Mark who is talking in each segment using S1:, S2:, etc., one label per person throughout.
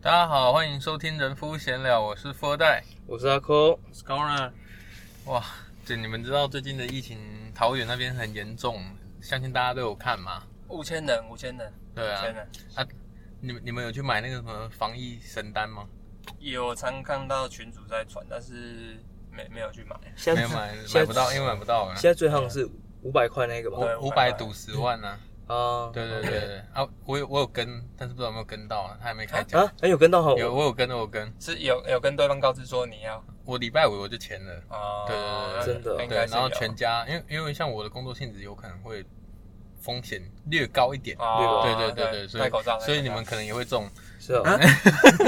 S1: 大家好，欢迎收听人夫闲聊，我是富二代
S2: 我是阿扣，
S1: Scholar。哇，这你们知道最近的疫情，桃园那边很严重，相信大家都有看嘛。
S3: 五千人，五千人，
S1: 对
S3: 五
S1: 啊
S3: 千，人。
S1: 你们你们有去买那个什么防疫神单吗？
S3: 有常看到群主在传，但是没没有去买。
S2: 现
S1: 没
S2: 在
S1: 有买，
S2: 现
S1: 买
S2: 在
S1: 不到，因为买不到啊
S2: 现。在最夯的是五百块那个吧？
S3: 对
S1: 五五
S3: 500
S1: 百赌十万啊！
S2: 啊，
S1: 对对对对啊！我有我有跟，但是不知道有没有跟到啊，他还没开奖。
S2: 啊，很有跟到哈，
S1: 有我有跟，我有跟，
S3: 是有有跟对方告知说你要
S1: 我礼拜五我就签了。
S3: 哦，
S1: 对对对
S3: 那
S2: 真的
S3: 应
S1: 对，
S3: 该是
S1: 然后
S3: 有
S1: 全家，因为因为像我的工作性质有可能会风险略高一点，
S3: 哦，
S1: 对对对对，所
S3: 戴口罩，
S1: 以所以
S3: 戴
S1: 你
S3: 口罩
S1: 们可能也会 中。
S2: 是啊，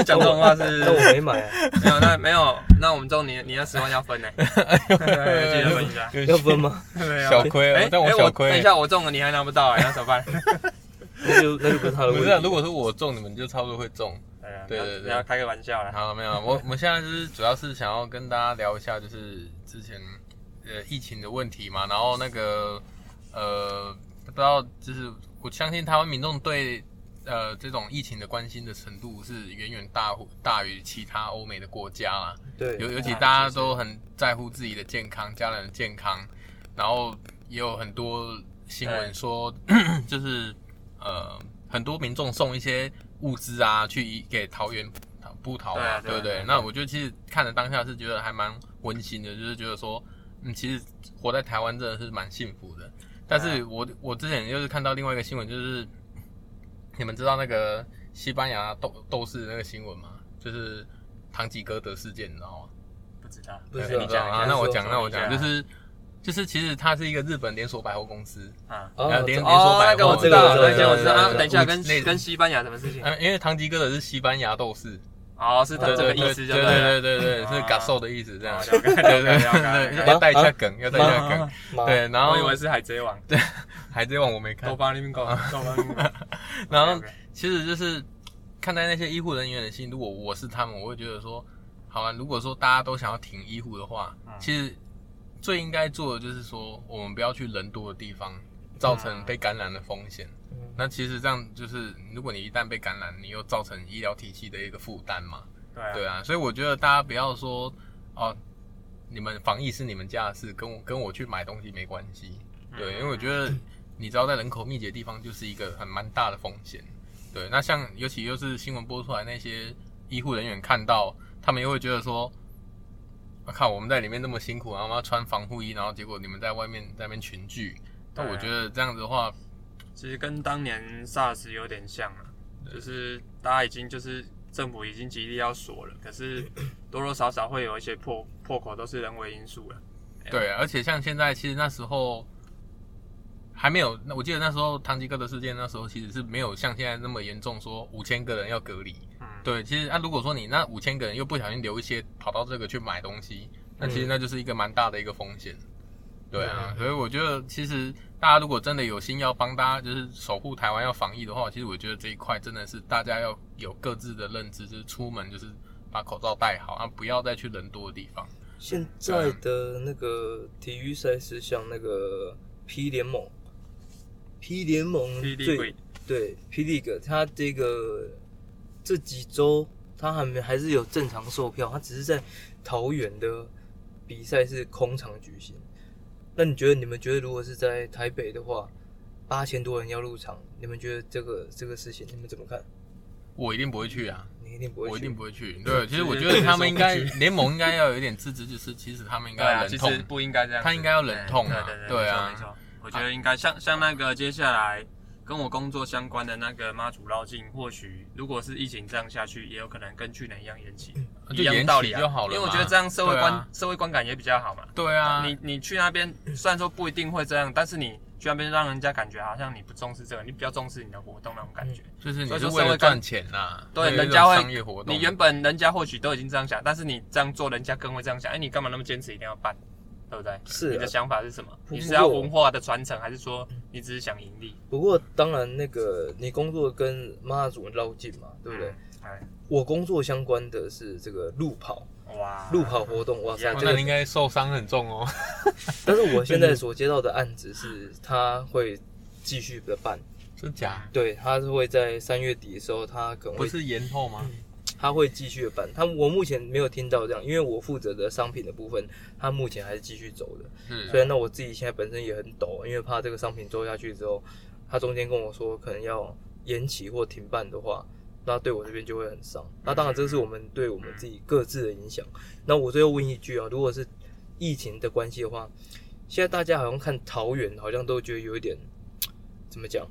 S3: 讲这种话是
S2: 但 我没买 啊，
S3: 没有那没有，那我们中你你那十万要 分呢，记得分一下。
S2: 要分吗？
S3: 对啊
S1: 小亏啊
S3: 哎，
S1: 但我
S3: 哎
S1: 小
S3: 等
S1: 亏
S3: 一。下我中了你还拿不到哎，那怎么办？
S2: 那就那就不是他的
S1: 不
S2: 问
S1: 是啊，
S2: 题。
S1: 如果是我中，你们就差不多会中。对对对
S3: 哎不要开个玩笑啦。
S1: 好，没有，我我们现在就是主要是想要跟大家聊一下，就是之前呃疫情的问题嘛，然后那个呃不知道，就是我相信台湾民众对呃这种疫情的关心的程度是远远大乎大于其他欧美的国家啦。尤
S2: 对，
S1: 啊尤其大家都很在乎自己的健康、家人的健康，然后也有很多新闻说， 就是呃，很多民众送一些物资啊，去给桃园布桃
S3: 对
S1: 嘛，
S3: 啊
S1: 对不对
S3: 对啊对？啊
S1: 那我觉得其实看了当下是觉得还蛮温馨的，就是觉得说，嗯，其实活在台湾真的是蛮幸福的。
S3: 啊
S1: 但是我我之前就是看到另外一个新闻，就是你们知道那个西班牙斗斗士那个新闻吗？就是堂吉诃德事件，你知道吗？
S3: 不知道，哎
S2: 不是
S1: 对
S2: 啊
S1: 你讲
S2: 你
S1: 啊，
S2: 先
S1: 那我
S2: 说
S1: 讲，那我讲，
S3: 你
S1: 就
S3: 先
S1: 是就是，其实它是一个日本连锁百货公司，
S3: 啊。
S1: 呃
S2: 哦，
S1: 连连
S2: 这
S1: 锁
S3: 哦，
S1: 百
S3: 那个
S1: 货
S3: 我
S1: 公司，
S3: 知道，
S2: 对
S3: 那
S2: 对
S3: 个我知道。
S2: 对
S3: 啊
S2: 对
S3: 等一下，跟
S1: 类似
S3: 跟西班牙什么事情？
S1: 呃因为堂吉诃德是西班牙斗士，
S3: 哦，是他
S1: 对
S3: 这
S1: 对
S3: 个
S1: 对
S3: 意
S1: 对
S3: 思，就
S1: 对对对，是
S3: 啊
S1: 嘎兽的意思，这样
S3: 哦，
S1: 对
S3: 了
S1: 对
S3: 解
S1: 对
S3: 了解了解
S1: 对，要带一下梗，要带一下
S3: 啊
S1: 梗，
S2: 妈
S1: 对，然后
S3: 我以为是海贼王，
S1: 海贼王我没看
S3: 多，巴胺狗，多巴胺狗。
S1: 然后其实就是看待那些医护人员的心，如果我是他们，我会觉得说，好啊，如果说大家都想要挺医护的话，
S3: 嗯
S1: 其实最应该做的就是说，我们不要去人多的地方，造成被感染的风险。
S2: 嗯
S1: 那其实这样就是，如果你一旦被感染，你又造成医疗体系的一个负担嘛。
S3: 对啊
S1: 对啊，所以我觉得大家不要说哦，你们防疫是你们家的事，跟我跟我去买东西没关系。
S3: 嗯
S1: 对，因为我觉得你知道，在人口密集的地方就是一个很蛮大的风险。对，那像尤其又是新闻播出来，那些医护人员看到，他们又会觉得说，我、靠，我们在里面那么辛苦，然后我们要穿防护衣，然后结果你们在外面在那边群聚，那
S3: 对啊
S1: 我觉得这样子的话，
S3: 其实跟当年 SARS 有点像啊，就是大家已经就是政府已经极力要锁了，可是多多少少会有一些破破口都是人为因素了。
S1: 对，而且像现在，其实那时候还没有，那我记得那时候堂吉诃德事件，那时候其实是没有像现在那么严重，说五千个人要隔离。
S3: 嗯，
S1: 对，其实啊，如果说你那五千个人又不小心留一些跑到这个去买东西，那其实
S3: 嗯
S1: 那就是一个蛮大的一个风险。对啊，所以我觉得其实大家如果真的有心要帮大家就是守护台湾要防疫的话，其实我觉得这一块真的是大家要有各自的认知，就是出门就是把口罩戴好啊，不要再去人多的地方。
S2: 现在的那个体育赛事，像那个 P 联盟，P 联盟
S3: 霹雳
S2: 最
S3: 鬼，
S2: 对 P League，它这个这几周它还没还是有正常售票，它只是在桃园的比赛是空场举行。那你觉得你们觉得如果是在台北的话，八千多人要入场，你们觉得这个这个事情你们怎么看？
S1: 我一定不会去啊。
S2: 你一定不会去，
S1: 我一定不会去。对，其实我
S3: 直
S1: 觉得
S3: 接直接
S1: 他们
S3: 说
S1: 应
S3: 不
S1: 该
S3: 去
S1: 联盟应该要有一点自知之士，其实他们应
S3: 对
S1: 该
S3: 啊，
S1: 要忍
S3: 其
S1: 痛
S3: 实。不应该这样子，
S1: 他应该要忍痛啊
S3: 对对
S1: 对啊
S3: 没错没错，我觉得应该像像那个接下来跟我工作相关的那个妈祖绕境，或许如果是疫情这样下去，也有可能跟去年一样延期，
S1: 呃就
S3: 一样
S1: 延
S3: 道
S1: 期
S3: 理啊
S1: 就好了嘛。
S3: 因为我觉得这样社会
S1: 对
S3: 观、
S1: 啊
S3: 社会观感也比较好嘛。
S1: 对啊，
S3: 你你去那边虽然说不一定会这样，但是你去那边让人家感觉好像你不重视这个，你比较重视你的活动那种感觉。
S1: 就是你
S3: 所以
S1: 是
S3: 说
S1: 为
S3: 社
S1: 了
S3: 会
S1: 赚
S3: 观
S1: 钱啦，
S3: 对
S1: 有一
S3: 人
S1: 种
S3: 家会
S1: 商业活动。
S3: 你原本人家或许都已经这样想，但是你这样做，人家更会这样想。哎，你干嘛那么坚持一定要办？对不对？
S2: 是啊
S3: 你的想法是什么？
S2: 不
S3: 你是要文化的传承，还是说你只是想盈利？
S2: 不过当然，那个你工作跟妈祖绕境嘛，对不对？
S3: 嗯？哎，
S2: 我工作相关的是这个路跑，
S3: 哇，
S2: 路跑活动，哇
S3: 一
S2: 塞，
S3: 样
S1: 哦
S2: 这
S1: 那
S2: 个
S1: 你应该受伤很重哦。
S2: 但是我现在所接到的案子是，他会继续的办，
S1: 真假？
S2: 对，他是会在三月底的时候，他可能
S1: 不
S2: 会
S1: 是延后吗？
S2: 他会继续的办。他我目前没有听到这样，因为我负责的商品的部分，他目前还是继续走的。
S3: 啊
S1: 是
S2: 虽然那我自己现在本身也很抖，因为怕这个商品做下去之后，他中间跟我说可能要延期或停办的话，那对我这边就会很伤。那当然，这是我们对我们自己各自的影响。那我最后问一句啊，如果是疫情的关系的话，现在大家好像看桃园，好像都觉得有一点怎么讲，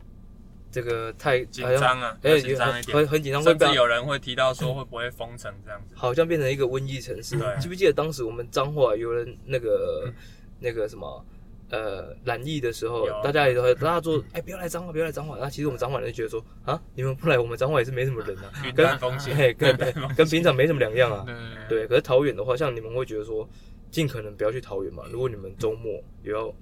S2: 这个太
S3: 紧
S2: 好像
S3: 张啊，
S2: 哎
S3: 要，紧张一点，
S2: 很很紧张，会
S3: 甚
S2: 被
S3: 至有人会提到说会不会封城这样子。
S2: 好像变成一个瘟疫城市。
S3: 对嗯
S2: 记不记得当时我们彰化有人那个那个什么呃染疫的时候
S3: 有，嗯
S2: 大家也都会大家说哎不要来彰化，不要来彰化。那其实我们彰化人就觉得说啊你们不来我们彰化也是没什么人啊，
S1: 云
S2: 跟
S1: 淡风轻，
S2: 嘿跟
S3: 对
S2: 跟平常没什么两样啊。
S1: 对
S2: 对，可是桃园的话，像你们会觉得说尽可能不要去桃园嘛。
S3: 嗯
S2: 如果你们周末也要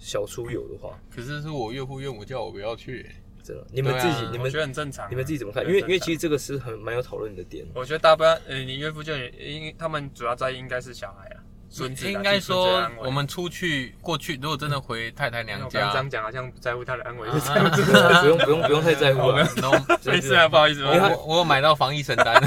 S2: 小出游的话，
S1: 可是是我岳父岳母叫我不要去，
S2: 真的你们
S1: 对
S2: 自
S1: 啊
S2: 己你
S3: 我
S2: 们
S3: 觉得很正嗯常啊。
S2: 你们自己怎么看？
S3: 我
S2: 因
S3: 觉
S2: 为
S3: 得
S2: 因为其
S3: 正
S2: 实这个是很蛮有讨论的 点。
S3: 常我觉得大部分呃，你岳父舅也应他们主要在意应该是小孩啊，孙子啊
S1: 应该
S3: 替孙子
S1: 说
S3: 安慰
S1: 我们出去过去，如果真的回太太
S3: 因为
S1: 娘
S3: 我刚刚这
S1: 家，
S3: 样讲好像不在乎他的安危，
S1: 啊
S2: 不用不用不用太在乎啊了，
S1: 然后
S2: 真
S3: 没
S2: 的
S3: 事啊，不好意思，
S1: 我
S3: 没事
S1: 我我有买到防疫神单，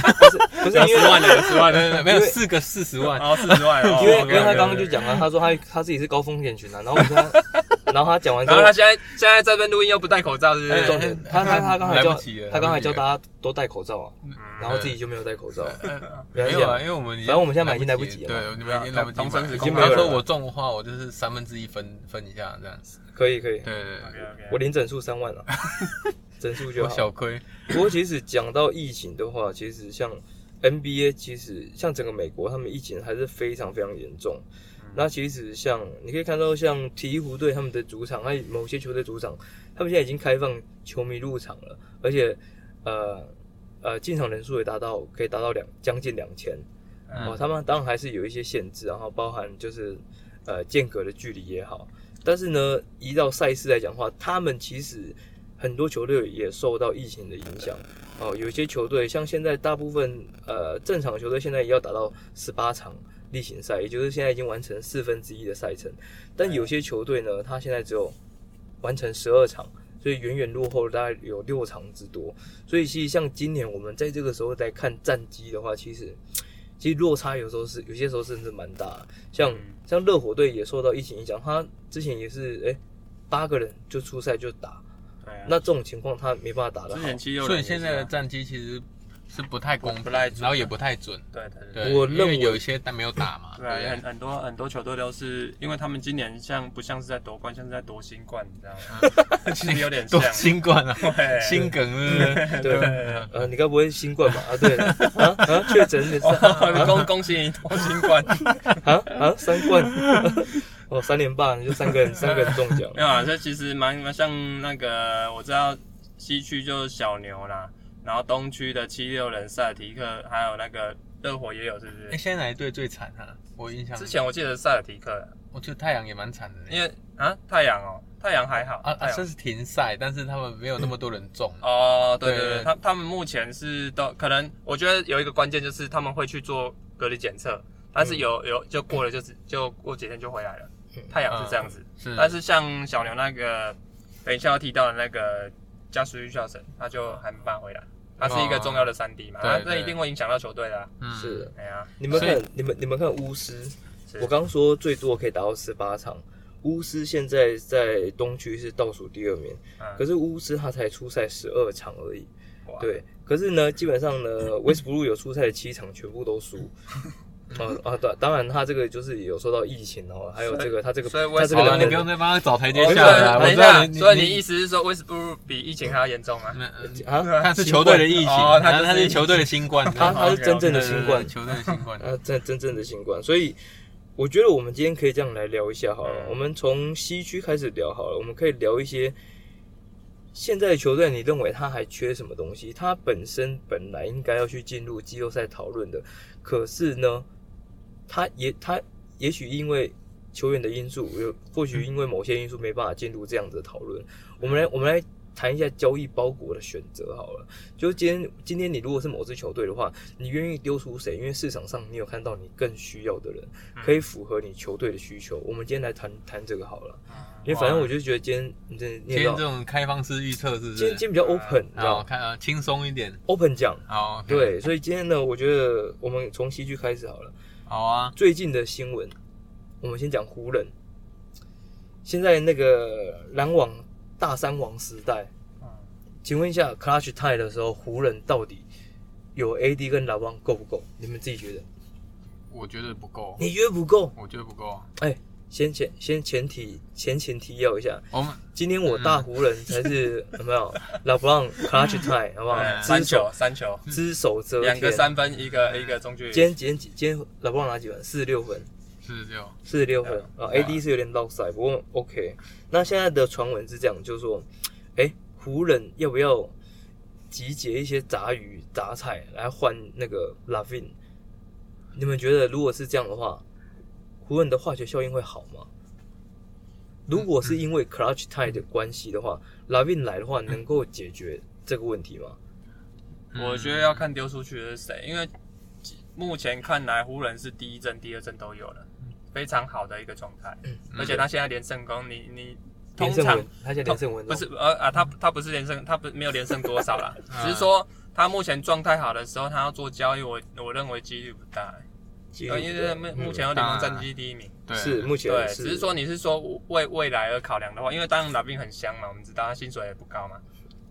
S2: 不是因为
S1: 万的十万的，没有四个四十万，
S3: 哦，四十万 哦，
S2: 因为因
S3: 对
S2: 为他
S3: 对
S2: 刚刚
S3: 对
S2: 就讲了，他说他他自己是高风险群啊，然后我 跟他，然后他讲完之
S3: 然
S2: 后
S3: 后，他现在现在在这边录音又不戴口罩，是不
S1: 哎
S2: 重
S3: 是？
S2: 点，他他他刚才
S1: 来
S2: 叫
S1: 不及了
S2: 他刚才叫
S1: 来不及了
S2: 大家都戴口罩啊，然
S3: 嗯，
S2: 后自己就没有戴口罩，不要
S1: 没
S2: 这
S1: 有啊，
S2: 样，
S1: 因为我们已经
S2: 反正我们现在买已经来不及了
S1: 对，你们已经来不及
S3: 同生
S1: 买
S3: 死
S1: 了。
S3: 共
S2: 已经没有
S1: 他
S2: 了
S1: 说我中的话，我就是三分之一分分一下这样子。
S2: 可以可以，
S1: 对对对，
S2: 我零整数三万 啊，整数就
S1: 我
S2: 好。
S1: 小亏。
S2: 不过其实讲到疫情的话，其实像 NBA，其实像整个美国，他们疫情还是非常非常严重。
S1: 嗯
S2: 那其实像你可以看到，像鹈鹕队他们的主场，还有某些球队主场，他们现在已经开放球迷入场了，而且呃呃进场人数也达到可以达到两将近两千、
S3: 嗯
S2: 哦，他们当然还是有一些限制，然后包含就是呃间隔的距离也好，但是呢，移到赛事来讲的话，他们其实很多球队也受到疫情的影响哦。有些球队像现在大部分呃正常球队现在也要打到十八场例行赛，也就是现在已经完成四分之一的赛程，但有些球队呢，他现在只有完成十二场。所以远远落后了大概有六场之多，所以其实像今年我们在这个时候来看战绩的话，其实其实落差有时候是有些时候甚至蛮大的。像
S3: 嗯
S2: 像热火队也受到疫情影响，他之前也是哎八个人就出赛就打，
S3: 嗯
S2: 那这种情况他没办法打得
S3: 哎之
S2: 好。
S3: 前七六人
S1: 所以
S3: 也是啊
S1: 现在的战绩其实是不太公
S3: 不
S1: 平，
S3: 太准
S1: 然后也不太准。
S3: 对对对
S1: 对，
S2: 我
S1: 因
S2: 认为
S1: 为有一些但没有打嘛。
S3: 对啊，
S1: 对
S3: 很很多很多球队都是因为他们今年像不像是在夺冠，像是在夺新冠，你知 道吗？其实有点
S1: 不
S3: 像
S1: 对，新冠啊，
S3: 对
S1: 心梗是不 是
S2: 对，
S3: 对
S2: 呃，你该不会新冠吧？啊，对，啊啊，确诊的三
S3: 哦 恭恭喜你夺新冠！
S2: 啊啊三冠， 哦，三连霸，你就三个人三个人中奖
S3: 没。有啊，这其实蛮蛮像那个，我知道西区就是小牛啦，然后东区的七六人、塞尔提克，还有那个热火也有，是不
S1: 哎，
S3: 是？
S1: 现在哪一队最惨啊？我印象
S3: 之前我记得塞尔提克，
S1: 我觉得太阳也蛮惨的，
S3: 因为啊太阳哦，太阳还好
S1: 啊
S3: 太
S1: 啊，
S3: 阳
S1: 这是停赛，但是他们没有那么多人中。啊
S3: 哦，对对
S1: 对
S3: 对，他他们目前是都可能，我觉得有一个关键就是他们会去做隔离检测，但是有有就过了就只就过几天就回来了
S2: 嗯。
S3: 太阳是这样子，
S1: 是，
S3: 但是像小牛那个，等一下要提到的那个加斯玉校神，他就还没办法回来，他是一个重要的三 D 嘛，啊
S1: 对
S3: 那那
S1: 对
S3: 一定会影响到球队的啊。
S1: 嗯
S2: 是，
S3: 哎呀，
S2: 你们
S1: 所
S2: 看，你们你们看巫师，
S3: 是
S2: 我刚说最多可以达到十八场，巫师现在在东区是倒数第二名，
S3: 嗯
S2: 可是巫师他才出赛十二场而已。
S3: 哇
S2: 对，可是呢，基本上 呢，威斯布鲁有出赛的七场全部都输。啊啊，当当然，他这个就是有受到疫情哦，还有这个他这个
S3: 所以
S2: 他这个
S1: 好了，
S2: 人
S3: 威斯布鲁
S1: 你不用再帮他找台阶
S3: 哦
S1: 下了啦。
S3: 所
S1: 我
S3: 以
S1: 知
S3: 等
S1: 道
S3: 一
S1: 你，
S3: 下，所以你意思是说威斯布鲁比疫情还要严重啊？
S1: 那呃
S2: 啊，
S1: 他是球队的疫情，
S3: 哦他
S1: 然后他
S3: 就是
S1: 是球队的新 冠，
S2: 他他是真正的
S1: 对对对
S2: 新冠
S1: 对，球队的新冠。
S2: 啊，真真正的新冠，所以我觉得我们今天可以这样来聊一下好了。
S3: 嗯
S2: 我们从西区开始聊好了，我们可以聊一些现在的球队，你认为他还缺什么东西？他本身本来应该要去进入季后赛讨论的，可是呢，他也他也许因为球员的因素，有或许因为某些因素没办法进入这样子的讨论。我们来我们来谈一下交易包裹的选择好了。就是今天，今天你如果是某支球队的话，你愿意丢出谁？因为市场上你有看到你更需要的人，
S1: 嗯
S2: 可以符合你球队的需求。我们今天来谈谈这个好了，因为反正我就觉得今天你真的
S1: 今
S2: 念
S1: 天
S2: 到
S1: 这种开放式预测是不
S2: 今天今
S1: 是？
S2: 天比较 open，你知道
S1: 好，
S2: 吗
S1: 看嗯啊，轻松一点。
S2: ？open 讲。
S1: 好，OK，
S2: 对，所以今天呢，我觉得我们从西区开始好了。
S1: 好啊。
S2: 最近的新闻，我们先讲湖人。现在那个篮网大三王时代，
S1: 嗯
S2: 请问一下，clutch time 的时候，湖人到底有 AD 跟篮网够不够？你们自己觉得？
S1: 我觉得不够，
S2: 你觉得不够？
S1: 我觉得不够啊。
S2: 哎，先前先前提前前提要一下，
S1: 我们
S2: 今天我
S3: 嗯
S2: 大湖人才 是、有没有 LeBron clutch time 好不好？
S3: 哎三
S2: 只
S3: 球
S2: 手
S3: 三球，
S2: 只手遮天。
S3: 两个三分，一个一个中
S2: 今
S3: 距离，
S2: 天今天几今天 LeBron 拿几分？四十六分。
S1: 四十六，
S2: 四十六分啊
S1: 对啊，
S2: ，AD 是有点落塞，不过 OK。那现在的传闻是这样，就是说，哎，湖人要不要集结一些杂鱼杂菜来换那个 Lavin？你们觉得如果是这样的话，湖人的化学效应会好吗？如果是因为 Clutch Time 的关系的话，Lavin 来的话，能够解决这个问题吗？
S3: 我觉得要看丢出去的是谁，因为目前看来湖人是第一阵、第二阵都有了，非常好的一个状态，而且他现在连胜功，你你
S2: 嗯
S3: 通
S2: 连胜
S3: 常
S2: 文，他现在连胜文哦
S3: 不是呃啊，他他不是连胜，他不没有连胜多少啦
S1: 嗯
S2: 啊
S3: 只是说他目前状态好的时候，他要做交易，我我认为几率不大，
S2: 纪录
S3: 呃因为目目前有联盟战绩第一名，
S1: 对
S2: 是目前
S3: 对，
S2: 是
S3: 只是说你是说为未来而考量的话，因为当然老兵很香嘛，我们知道他薪水也不高嘛，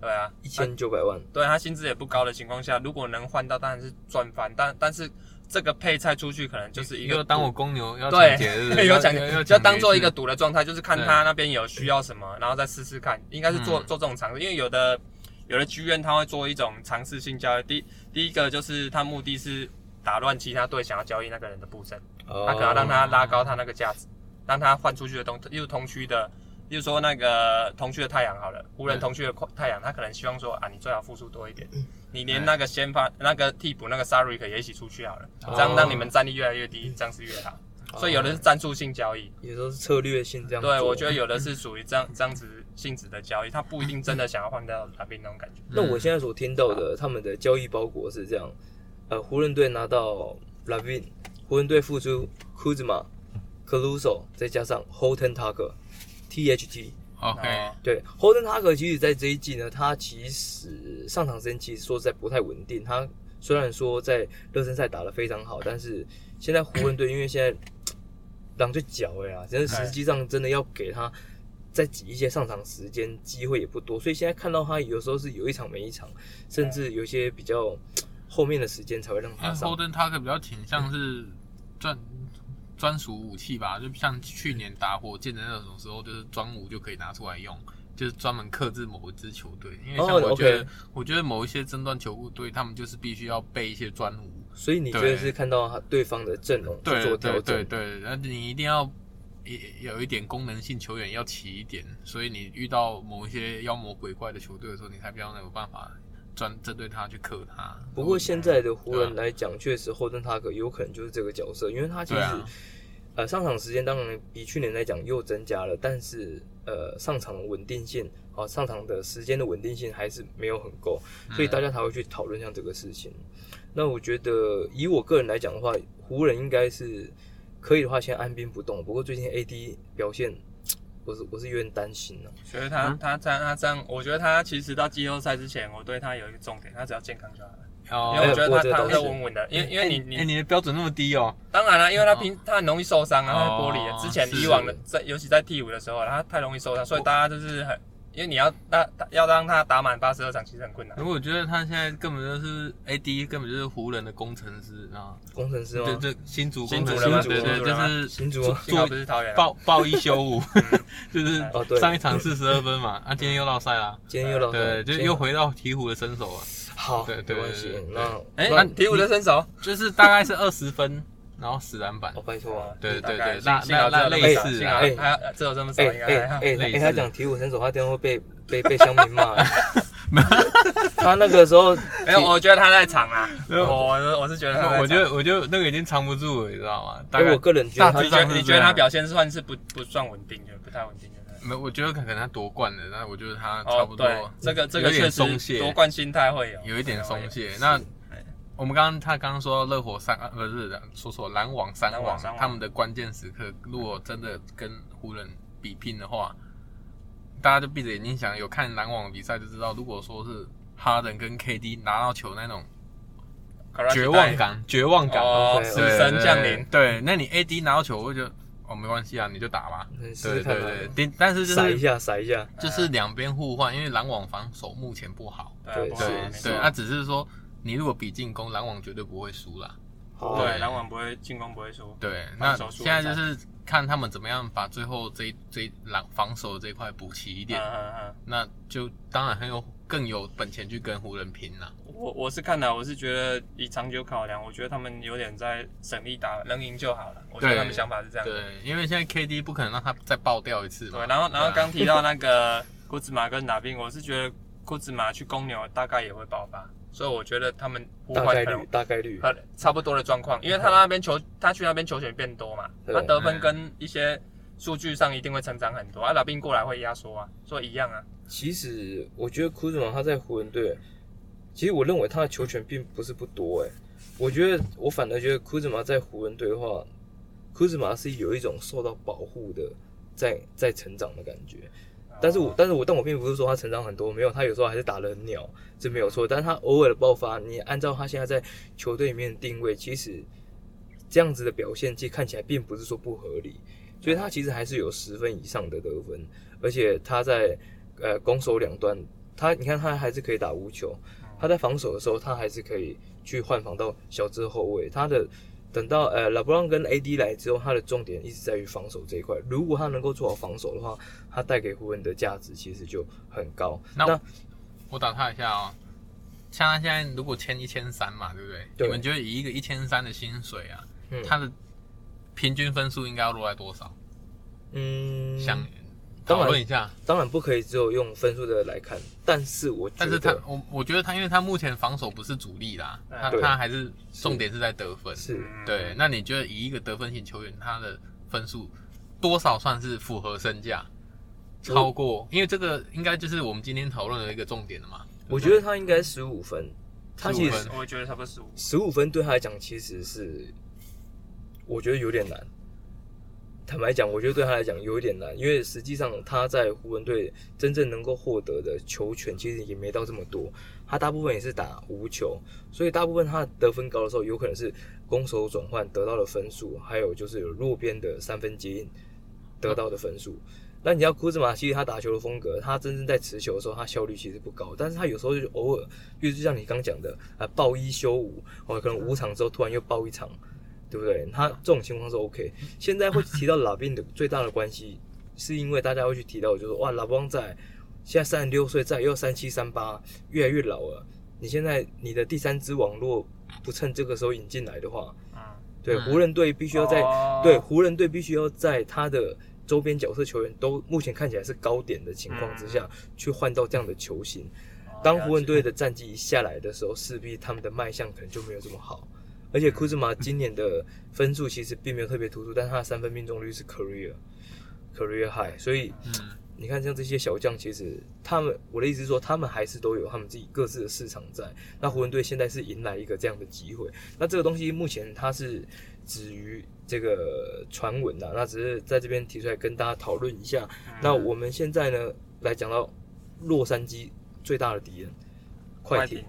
S3: 对啊，
S2: 一千九百万，
S3: 对他薪资也不高的情况下，如果能换到当然是赚翻，但但是这个配菜出去可能就是一
S1: 要
S3: 个
S1: 当我公牛要抢劫是不
S3: 对
S1: 是，
S3: 有讲
S1: 要
S3: 就当做一
S1: 抢
S3: 个
S1: 劫
S3: 赌的状态，就是看
S1: 对
S3: 他那边有需要什么，然后再试试看，应该是做、
S1: 嗯
S3: 做这种尝试，因为有的有的剧院他会做一种尝试性交易，第第一个就是他目的是打乱其他队想要交易那个人的步骤。
S2: 他
S3: 他可能要让他拉高他那个价值，让他换出去的东，例如同区的，例如说那个同区的太阳好了，湖人
S1: 嗯
S3: 同区的太阳，他可能希望说啊，你最好付出多一点，你连
S1: 嗯
S3: 那个先发、那个替补、那个 Sarik 也一起出去好了，
S1: 哦
S3: 这样让你们战力越来越低，这样是越好。所以有的是战术性交易，
S2: 也都是策略性哦这样做。
S3: 对我觉得有的是属于这样这样子性质的交易，他不一定真的想要换掉哪边那种感觉。
S2: 那我现在所听到的他们的交易包裹是这样：呃，湖人队拿到 Lavin，湖人队付出 Kuzma、Caruso，再加上 Holton Tucker、THT。
S1: OK，
S3: 哦
S2: 对，Holton Tucker 其实在这一季呢，他其实上场时间其实说实在不太稳定。他虽然说在热身赛打得非常好，但是现在湖人队因为现在狼就脚了呀，真的实际上真的要给他再挤一些上场时间，机会也不多。所以现在看到他有时候是有一场没一场，甚至有一些比较后面的时间才会让他
S1: 但嗯
S2: 上。
S1: Holden Tucker 比较倾向是专专属武器吧，就像去年打火箭的那种时候，就是专武就可以拿出来用，就是专门克制某一支球队。因为像
S2: 哦
S1: 我觉得
S2: OK
S1: 我觉得某一些争端球队，他们就是必须要备一些专武。
S2: 所以你觉
S1: 对
S2: 得是看到他对方的阵容去
S1: 对
S2: 做
S1: 对
S2: 调
S1: 对对对，
S2: 整？
S1: 那你一定要也有一点功能性球员要齐一点，所以你遇到某一些妖魔鬼怪的球队的时候，你才比较能有办法专针对他去克他。
S2: 不过现在的湖人
S1: 对
S2: 来讲，确实霍顿塔克有可能就是这个角色，因为他其
S1: 对
S2: 实、
S1: 啊，
S2: 呃上场时间当然比去年来讲又增加了，但是呃上场的稳定性啊、上场的时间的稳定性还是没有很够，
S1: 嗯
S2: 所以大家才会去讨论像这个事情。那我觉得以我个人来讲的话，湖人应该是可以的话先按兵不动，不过最近 AD 表现。我是我是有点担心啊了、
S3: 所以他、
S1: 嗯
S3: 他这样他这样，我觉得他其实到季后赛之前，我对他有一个重点，他只要健康就好了。因为
S1: 哦
S3: 我觉得
S2: 哎我
S3: 他
S2: 觉得
S3: 他
S2: 倒
S3: 是
S2: 是
S3: 稳稳的，因为因为你
S1: 哎
S3: 你
S1: 你的标准那么低哦，
S3: 当然了，因为他平他很容易受伤啊，他
S1: 哦
S3: 玻璃了。之前
S1: 是
S3: 以往的在尤其在替补的时候啊，他太容易受伤，所以大家就是很，因为你要他他要让他打满八十二场其实很困难
S1: 如。果我觉得他现在根本就是 AD，根本就是湖人的工程师啊，
S2: 工程师
S1: 对
S2: 吗？
S1: 对，新竹
S3: 新
S1: 工
S3: 竹
S1: 程
S3: 了
S2: 吗
S1: 师，对对，
S3: 新竹
S1: 就
S3: 了吗
S1: 是
S2: 新竹吗？
S3: 幸好不是桃园啊，嗯
S1: 报报一休 五，就是
S2: 哦对哦
S1: 上一场四十二分嘛，啊，今天又落赛啦，
S2: 今天又到
S1: 对，就又回到鹈鹕的身手啊，
S2: 好，
S1: 对对
S2: 没关系
S1: 对对。
S2: 那
S3: 哎
S2: 那，
S3: 鹈鹕的身手，
S1: 就是大概是二十分，然后死篮板
S2: 哦，，拜托啊！
S1: 对对
S3: 大概
S1: 对那
S3: 幸好
S1: 那
S3: 只有
S1: 那
S3: 这么
S1: 类
S3: 少
S1: 似
S3: 幸
S1: 啊
S3: 好
S2: 哎
S3: 还只有这么少，
S2: 哎
S3: 应
S2: 哎
S3: 该啊还好。
S2: 哎
S1: 类
S2: 哎，
S1: 似
S2: 他讲体五神手，他等下会被被被乡民骂。 他那个时候，
S3: 没有，哎我觉得他在场啊，
S1: 没有
S3: 我我我是觉得他在场，
S1: 我觉得我觉得那个已经藏不 住了，你知道吗？大
S2: 哎，
S1: 概
S2: 我个人觉得
S1: 大
S2: 他
S1: 致
S3: 啊
S1: 上
S3: 你觉得
S1: 是这
S3: 你觉
S1: 样
S3: 得他表现算是不不算稳定的，不太稳定的。
S1: 没有，我觉得可能他夺冠了，那我觉得他嗯差
S3: 哦
S1: 不，多
S3: 对，这个这个
S1: 有点
S3: 确
S1: 松
S3: 实
S1: 懈
S3: 夺冠心态会有，哦
S1: 有一点松懈。哎
S2: 是
S1: 那我们刚刚他刚刚说到热火三，呃，不是说错，篮网三
S3: 篮
S1: 王
S3: 网三，王
S1: 他们的关键时刻，如果真的跟湖人比拼的话，大家就闭着眼睛想，有看篮网的比赛就知道，如果说是哈登跟 KD 拿到球那种
S3: Karate
S1: 绝望感，绝望感，
S3: 哦，
S2: 对
S3: 死
S1: 对
S3: 神降临，，
S1: 对对，那你 AD 拿到球，我就觉得哦没关系啊，你就打吧。
S2: 嗯试
S1: 对
S2: 试看
S1: 对
S2: 吧，
S1: 对，但但是就
S2: 甩一
S1: 是
S2: 下，甩一下，
S1: 就是两边互换，因为篮网防守目前不好，
S2: 对
S3: 啊不
S2: 是
S3: 好
S1: 对
S3: 没错
S1: 对，那只是说你如果比进攻，篮网绝对不会输啦。
S2: 好
S3: 对，
S1: 对
S3: 篮网不会进攻不会输，
S1: 对，那
S3: 防守输
S1: 现在就是看他们怎么样把最后这一这一篮防守这一块补齐一
S3: 嗯
S1: 点，
S3: 嗯嗯，
S1: 那就当然很有更有本钱去跟湖人拼啦。
S3: 我我是看了，我是觉得以长久考量，我觉得他们有点在省力打，能赢就好了，我觉得
S1: 对
S3: 他们想法是这样，
S1: 对，因为现在 KD 不可能让他再爆掉一次嘛。
S3: 对，然后然后
S1: 对啊
S3: 刚提到那个库兹马跟拿宾，我是觉得库兹马去公牛大概也会爆发，所以我觉得他们呼
S2: 大
S3: 唤
S2: 概
S3: 可能
S2: 率，大概率，
S3: 呃差不多的状况，因为他那边球他去那边球权变多嘛，
S2: 对
S3: 他得分跟一些数据上一定会成长很多，啊，拿宾过来会压缩啊，所以一样啊，
S2: 其实我觉得库兹马他在湖人队，其实我认为他的球权并不是不多哎、我觉得我反而觉得库兹马在湖人队的话，库兹马是有一种受到保护的，在在成长的感觉。但是我但是我但我并不是说他成长很多，没有，他有时候还是打得很鸟，这没有错。但是他偶尔的爆发，你按照他现在在球队里面的定位，其实这样子的表现，其实看起来并不是说不合理，所以他其实还是有十分以上的得分，而且他在呃攻守两端，他你看他还是可以打无球，
S1: 嗯
S2: 他在防守的时候，他还是可以去换防到小智后卫，他的。等到呃，拉布朗跟 AD 来之后，他的重点一直在于防守这一块。如果他能够做好防守的话，他带给湖人的价值其实就很高。
S1: 那
S2: 那
S1: 我打他一下哦。像他现在如果签一千三嘛，对不对？
S2: 对
S1: 你们觉得以一个一千三的薪水啊，
S2: 嗯
S1: 他的平均分数应该要落在多少？
S2: 嗯，
S1: 想
S2: 当
S1: 讨
S2: 然
S1: 论一下。
S2: 当然不可以只有用分数的来看，但是我觉
S1: 但
S2: 得
S1: 是他，我我觉得他，因为他目前防守不是主力啦，
S3: 对
S1: 他他还是重点是在得分。
S2: 嗯是
S3: 嗯
S1: 对，那你觉得以一个得分型球员，他的分数多少算是符合身价？
S2: 我
S1: 超过，因为这个应该就是我们今天讨论的一个重点了嘛。
S2: 我觉得他应该十五分，他
S1: 15
S2: 其实
S1: 分
S3: 我觉得差不多十五，
S2: 十五分对他来讲其实是，我觉得有点难。坦白讲，我觉得对他来讲有一点难，因为实际上他在湖人队真正能够获得的球权其实也没到这么多，他大部分也是打无球，所以大部分他得分高的时候，有可能是攻守转换得到的分数，还有就是有弱边的三分接应得到的分数。那你要库兹马，其实他打球的风格，他真正在持球的时候，他效率其实不高，但是他有时候就偶尔，就是像你刚讲的，啊，报一休五，哦，可能五场之后突然又报一场，对不对？他这种情况是 OK。现在会提到拉宾的最大的关系，是因为大家会去提到，就是哇，拉邦在现在三十六岁，在又三七三八，越来越老了。你现在你的第三支网络不趁这个时候引进来的话，
S3: 嗯，
S2: 对
S1: 嗯
S2: 湖人队必须要在
S3: 哦
S2: 对，湖人队必须要在他的周边角色球员都目前看起来是高点的情况之下，去换到这样的球星。
S3: 哦
S2: 当湖人队的战绩一下来的时候，势必他们的卖相可能就没有这么好。而且库兹马今年的分数其实并没有特别突出，但他的三分命中率是 career career high，所以
S1: 嗯，
S2: 你看，像这些小将，其实他们，我的意思是说，他们还是都有他们自己各自的市场在。那湖人队现在是迎来一个这样的机会，那这个东西目前它是止于这个传闻呐、那只是在这边提出来跟大家讨论一下。
S3: 嗯
S2: 那我们现在呢，来讲到洛杉矶最大的敌人，快艇，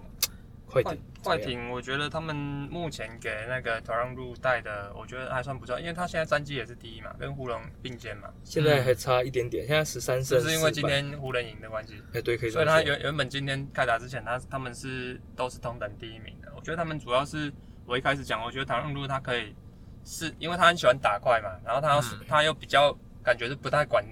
S2: 快
S3: 快
S2: 艇，
S3: 快
S2: 怎么样，
S3: 艇，我觉得他们目前给那个 t o r o n t 带的，我觉得还算不错，因为他现在战绩也是第一嘛，跟湖人并肩嘛，
S2: 现在还差一点点，现在十三
S3: 是
S2: 胜，
S3: 不嗯是因为今
S2: 400，
S3: 天湖人赢的关系？
S2: 哎，对，可以这
S3: 所以
S2: 么
S3: 他
S2: 说，
S3: 原原本今天开打之前，他他们是都是同等第一名的。我觉得他们主要是我一开始讲，我觉得唐润路他可以是因为他很喜欢打快嘛，然后他要、
S1: 嗯
S3: 他又比较感觉是不太管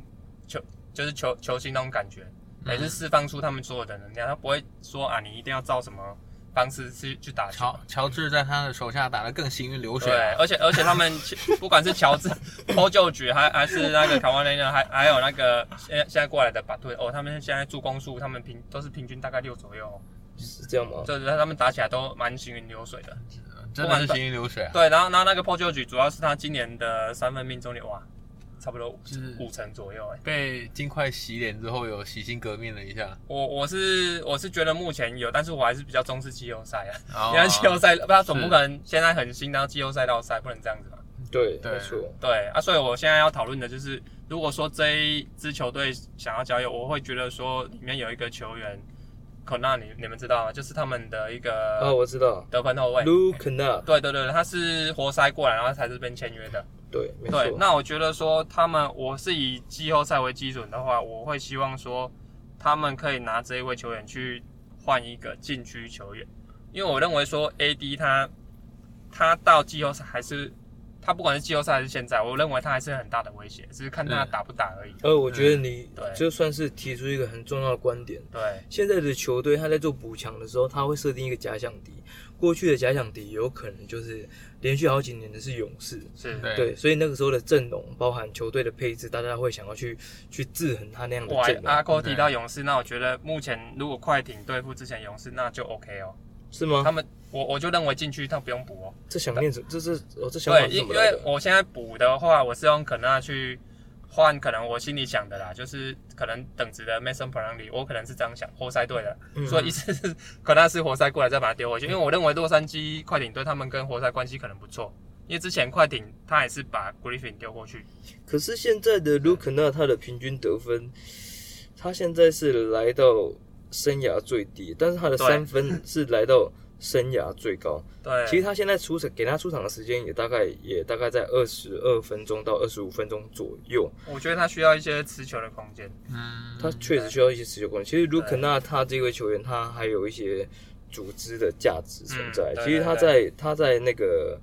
S3: 球，就是球球星那种感觉，也是释放出他们所有的能量，他不会说啊你一定要照什么方式去去打球
S1: 乔。乔治在他的手下打得更行云流水
S3: 对，
S1: 啊。
S3: 而且而且他们其不管是乔治、抛旧局，还还是那个卡瓦雷纳，还还有那个现在现在过来的巴顿哦，他们现在助攻数，他们平都是平均大概六左右哦、
S2: 是这样吗？
S3: 对对，他们打起来都蛮行云流水的。
S1: 真的是行云流水啊。
S3: 对，然后然后那个破旧局主要是他今年的三分命中率哇，差不多五
S1: 就是
S3: 五成左右、哎，
S1: 被金块洗脸之后，有洗心革面了一下。
S3: 我我是我是觉得目前有，但是我还是比较重视季后赛啊。
S1: 然
S3: 因为季后赛，不然总不可能现在很新，然后季后赛到赛，不能这样子嘛。
S2: 对，
S1: 对
S2: 没错，
S3: 对啊，所以我现在要讨论的就是，如果说这一支球队想要交易，我会觉得说里面有一个球员，可纳你你们知道吗？就是他们的一
S2: 啊，
S3: 个
S2: 我知道
S3: 得分后卫。
S2: ，Lu k n a
S3: 对对对，他是活塞过来，然后才这边签约的。
S2: 对，没
S3: 对，
S2: 错，
S3: 那我觉得说他们，我是以季后赛为基准的话，我会希望说他们可以拿这一位球员去换一个禁区球员，因为我认为说 AD 他他到季后赛还是他不管是季后赛还是现在，我认为他还是很大的威胁，只是看他
S1: 嗯
S3: 打不打而已。
S2: 呃，我觉得你
S3: 嗯对
S2: 就算是提出一个很重要的观点，
S3: 对
S2: 现在的球队他在做补强的时候，他会设定一个假想敌。过去的假想敌有可能就是连续好几年的是勇士，
S3: 是，
S1: 啊对
S2: 对，所以那个时候的阵容包含球队的配置，大家会想要去去制衡他那样的
S3: 哇啊
S2: 阵，容，
S3: 阿扣提
S1: 对
S3: 到勇士，那我觉得目前如果快艇对付之前勇士，那就 OK 哦。
S2: 是吗
S3: 他？们我我就认为禁区他不用补哦。
S2: 这想念什这是哦，这想法
S3: 对，
S2: 是
S3: 因
S2: 怎
S3: 因
S2: 么来
S3: 为
S2: 的？
S3: 我现在补的话，我是用可能去换，可能我心里想的啦，就是可能等值的 Mason p l u m l e y 我可能是这样想，活塞队的，
S2: 嗯
S3: 所以一次是可能是活塞过来再把它丢回去，因为我认为洛杉矶快艇队他们跟活塞关系可能不错，因为之前快艇他也是把 Griffin 丢过去，
S2: 可是现在的卢肯纳他的平均得分，他现在是来到生涯最低，但是他的
S3: 对
S2: 三 分是来到生涯最高。
S3: 对，
S2: 其实他现在出场给他出场的时间也大概也大概在二十二分钟到二十五分钟左右，
S3: 我觉得他需要一些持球的空间，
S1: 嗯，
S2: 他确实需要一些持久关系。其实卢肯纳他这位球员，他还有一些组织的价值存在
S3: 嗯。对
S2: 其实他在他在那个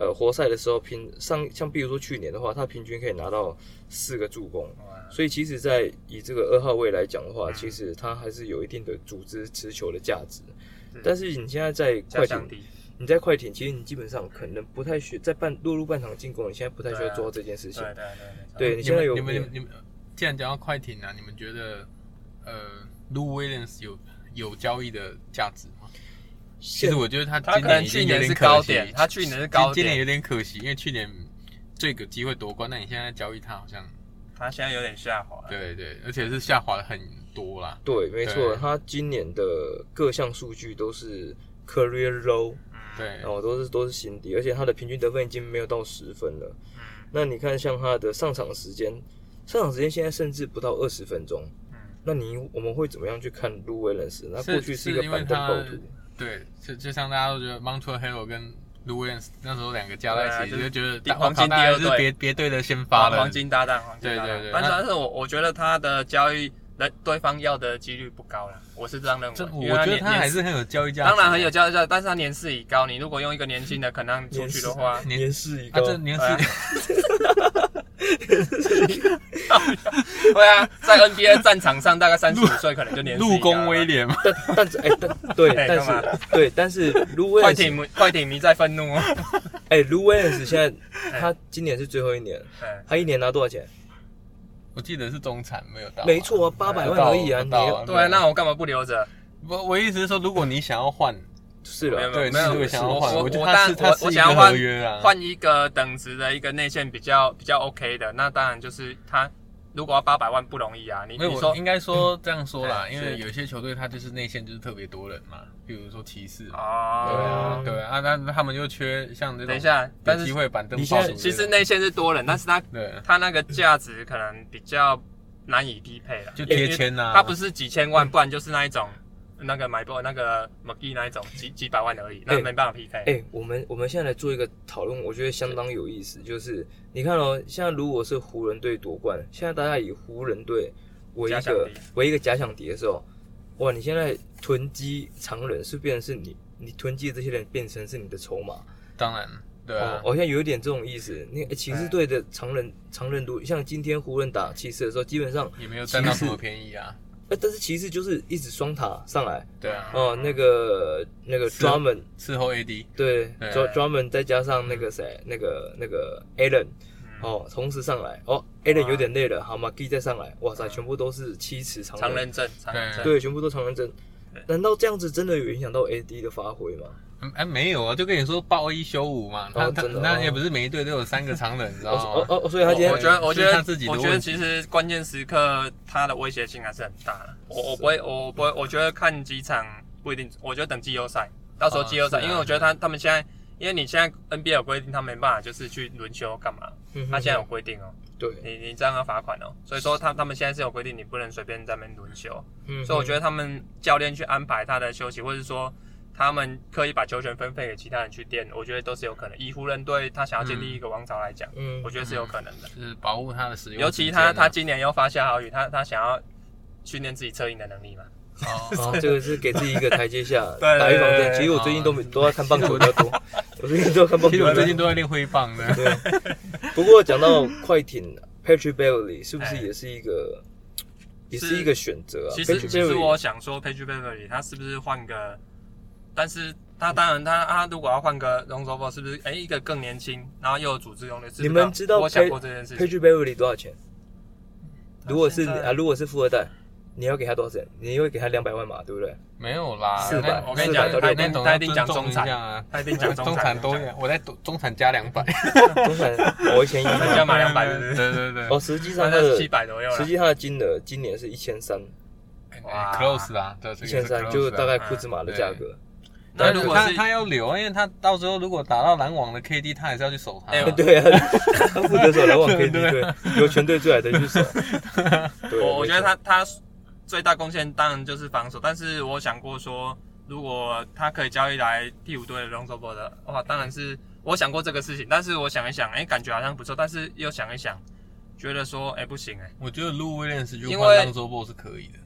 S2: 呃活塞的时候，平上像比如说去年的话，他平均可以拿到四个助攻。
S3: 哇
S2: 所以其实，在以这个二号位来讲的话，
S3: 嗯
S2: 其实他还是有一定的组织持球的价值
S3: 是。
S2: 但是你现在在
S3: 嗯加
S2: 快艇
S3: 强，敌，
S2: 你在快艇，其实你基本上可能不太需在半落入半场进攻，你现在不太需要
S3: 对啊
S2: 做到这件事
S3: 对
S2: 情。
S3: 对
S2: 对
S3: 对对，
S2: 你
S1: 你
S2: 现在
S1: 们
S2: 有
S1: 你们你们你们，既然讲到快艇啊，你们觉得呃，Lu Williams 有有交易的价值吗？其
S2: 现
S1: 实我觉得他
S3: 他
S1: 今
S3: 可能
S1: 已
S3: 去
S1: 经有
S3: 年
S1: 点
S3: 是
S1: 可惜
S3: 高点，他去年是高
S1: 今今年有
S3: 点，
S1: 点可惜，因为去年最有机会夺冠，那你现在交易他好像
S3: 他现在有点下滑了，
S1: 对对，而且是下滑的很多啦。
S2: 对，没错，
S1: 对
S2: 他今年的各项数据都是 career low，
S3: 嗯，
S1: 对
S2: 然，后都是都是新低，而且他的平均得分已经没有到十分了。
S3: 嗯
S2: 那你看，像他的上场时间，上场时间现在甚至不到二十分钟，
S3: 嗯。
S2: 那你我们会怎么样去看卢维伦斯？那
S1: 是
S2: 过去一
S1: 是
S2: 个
S1: 因为
S2: 板凳
S1: 他
S2: 暴徒，
S1: 对，就就像大家都觉得 Montrezl h a r r e 跟 Lu Williams 那时候两个加在一起，
S3: 对啊就是
S1: 就觉得
S3: 第
S1: 大
S3: 黄金
S1: 哇靠大概
S3: 第二
S1: 就是
S3: 队
S1: 别别队的先发了。
S3: 黄金搭档，黄金搭档。
S1: 对对对
S3: 但是
S1: 那
S3: 但是我我觉得他的交易人对方要的几率不高了，我是这样认为
S1: 这。我
S3: 因为
S1: 觉得
S3: 年
S1: 他还
S3: 年
S1: 是很有交易价值，啊
S3: 当然很有。交易价值，但是他年事已高，你如果用一个年轻的可能出去的话，
S1: 你
S2: 年事已
S1: 他
S2: 高，
S1: 这年
S3: 对啊
S1: 是
S3: 对啊，在 NBA 战场上大概三十五岁可能就年事已
S1: 入
S3: 高了
S1: 宫威。廉嘛，
S2: 但但是哎，但 对，
S3: 哎
S2: 但
S3: 干嘛
S2: 是对，但是卢维
S3: 快
S2: 伦斯
S3: 艇，迷快艇迷在愤 怒哦。
S2: 哎，卢维伦斯现
S1: 哎
S2: 在他今年是最后一年，
S3: 哎
S2: 他一年拿多少钱？
S1: 我记得是中产没有到啊，
S2: 没错啊，八百
S1: 不
S2: 万
S1: 到
S2: 而已啊，
S1: 不
S2: 你
S1: 到
S2: 要
S1: 啊
S3: 对啊，那我干嘛不留着？
S1: 我我意思是说，如果你想要换，
S2: 是
S3: 没有
S2: 了，
S1: 对，
S3: 没有
S1: 你如果想要
S3: 我
S1: 换，
S3: 我
S1: 觉得
S3: 我
S1: 他是
S3: 当
S1: 他
S3: 我我
S1: 是一
S3: 想要
S1: 个
S3: 换
S1: 合约啊，
S3: 换一个等值的一个内线比较比较 OK 的，那当然就是他如果要八百万不容易啊。你
S1: 没有，
S3: 你说
S1: 我应该说这样说啦，
S3: 哎
S1: 因为
S3: 是
S1: 有些球队他就是内线就是特别多人嘛，比如说骑士嘛，对
S3: 啊
S1: 啊，对啊，那那他们又缺像这种
S3: 等一下，但
S1: 有
S3: 是
S1: 机会板凳
S2: 你
S1: 爆
S2: 现在
S1: 出
S3: 其
S1: 这
S3: 实
S1: 种
S3: 内线是多人，但是他
S1: 对，啊
S3: 他那个价值可能比较难以匹配了，
S1: 就贴签啊呐，
S3: 他不是几千万，不然就是那一种那个买不那个 McGee 那一种几几百万而已，那
S2: 哎
S3: 没办法 PK。
S2: 哎、我们我们现在来做一个讨论，我觉得相当有意思。就是你看哦，现在如果是湖人队夺冠，现在大家以湖人队为一
S3: 假想
S2: 个
S3: 敌
S2: 为一个假想敌的时候，哇，你现在囤积常人，是变成是你你囤积的这些人变成是你的筹码。
S1: 当然，对
S2: 哦
S1: 啊，，
S2: 好像有一点这种意思。那、哎骑士队的常人常人如像今天湖人打骑士的时候，基本上
S1: 也没有占到
S2: 骑士
S1: 什么便宜啊，
S2: 呃，但是骑士就是一直双塔上来。
S1: 对啊，
S2: 哦，那个那个
S1: 是
S2: Drummond
S1: 事后 AD
S2: 对
S3: 哎
S1: 对
S2: 专专门再加上那个谁，那个那个 Allen
S3: 嗯
S2: 哦，同时上来哦，Allen 有点累了，好嘛 g 再上来，哇塞，全部都是七尺长
S3: 嗯常人阵，常人
S1: 对
S3: 阵，
S2: 对，全部都常人阵
S3: 对。
S2: 难道这样子真的有影响到 AD 的发挥吗？
S1: 嗯哎、没有啊，就跟你说报一休五嘛，他、
S2: 哦
S1: 他
S2: 真的
S1: 那
S2: 哦
S1: 也不是每一队都有三个常人，你知道吗？
S2: 哦哦哦，所以他今天
S3: 我觉得，我觉得
S1: 是他自己的
S3: 我
S1: 问
S3: 觉
S1: 题
S3: 得其实关键时刻他的威胁性还是很大的。我我不会，我不会，我觉得看几场不一定，我觉得等季后赛，到时候
S1: 啊
S3: 季后赛，
S1: 是啊
S3: 因为我觉得他他们现在，因为你现在 NBA 有规定，他没办法就是去轮休干嘛，
S2: 嗯
S3: 他现在有规定哦，
S2: 对，
S3: 你你这样要罚款哦，所以说他他们现在是有规定，你不能随便在那边轮休，
S2: 嗯
S3: 所以我觉得他们教练去安排他的休息，或者是说。他们刻意把球权分配给其他人去垫，我觉得都是有可能。以湖人队他想要建立一个王朝来讲，
S2: 嗯
S3: 我觉得是有可能的。
S1: 就是保护他的使用、啊
S3: 尤其
S2: 啊
S3: 他他今年又发下好雨，他他想要训练自己策应的能力嘛。
S1: 哦，
S2: 哦，这个是给自己一个台阶下，
S3: 对
S2: 打预防针。
S3: 对
S2: 其实我最近都没都在看棒球比较 多，我最近都在看棒
S1: 其实
S2: 球比较
S1: 我
S2: 多
S1: 最。近都在练挥棒的，
S2: 不过讲到快 艇，Patrick Beverly 是不是
S3: 哎
S2: 也是一个，也
S3: 是
S2: 是一个选择啊？
S3: 其实
S2: Patrick
S3: 其实
S2: Beverley
S3: 我想说 p a g e b e v e r y 他是不是换个？但是他当然他他如果要换个 r o n z o b o 是不是？哎、一个更年轻，然后又有组织能力。是不是
S2: 你们知道
S3: 我
S2: Pat-
S3: 想过这件事情。
S2: Patrick Beverly 多少钱？
S3: 他
S2: 如果是
S3: 现在
S2: 啊，如果是富二代，你要给他多少钱？你会给他两百万嘛，对不 对？
S1: 没有啦。
S2: 四百
S1: 那
S2: 我
S3: 跟你
S1: 那
S3: 讲
S1: 那
S3: 他一定
S1: 那种
S3: 他一定
S1: 要
S3: 讲
S1: 尊重
S3: 中产
S1: 一下啊，
S3: 他一定讲 中
S1: 中
S3: 产
S1: 产多一点，我在中中产加两百，
S2: 中产我一千一
S3: 人家
S2: 嘛。
S3: 买两百，对不
S1: 对
S3: 对？
S1: 对对，
S2: 哦，实际
S3: 大
S2: 上他
S3: 概
S2: 的
S3: 七百左右
S2: 实
S3: 了。
S2: 际他的金额今年是一千三，
S1: 哎
S3: 哇
S1: close 啊，对，
S2: 一
S1: 这
S2: 千
S1: 个是 close
S2: 三
S1: 啊
S2: 就大概库兹马的价格。
S3: 那
S1: 但
S3: 如
S1: 是
S3: 果
S1: 他
S3: 是
S1: 他要留，因为他到时候如果打到篮网的 KD，他还是要去守他。
S3: 哎
S1: 对
S2: 对啊，他负责守篮网 KD
S1: 对
S2: 队，由全队最矮的去守。对
S3: 啊我我觉得
S2: 没错
S3: 他他最大贡献当然就是防守，但是我想过说，如果他可以交易来第五队的 r o n z o b o 的话，当然是我想过这个事情，但是我想一想，哎、感觉好像不错，但是又想一想，觉得说，哎、不行、哎，
S1: 我觉得 Lou Williams 去
S3: 因
S1: 换
S3: 为
S1: l o n z o b o 是可以的。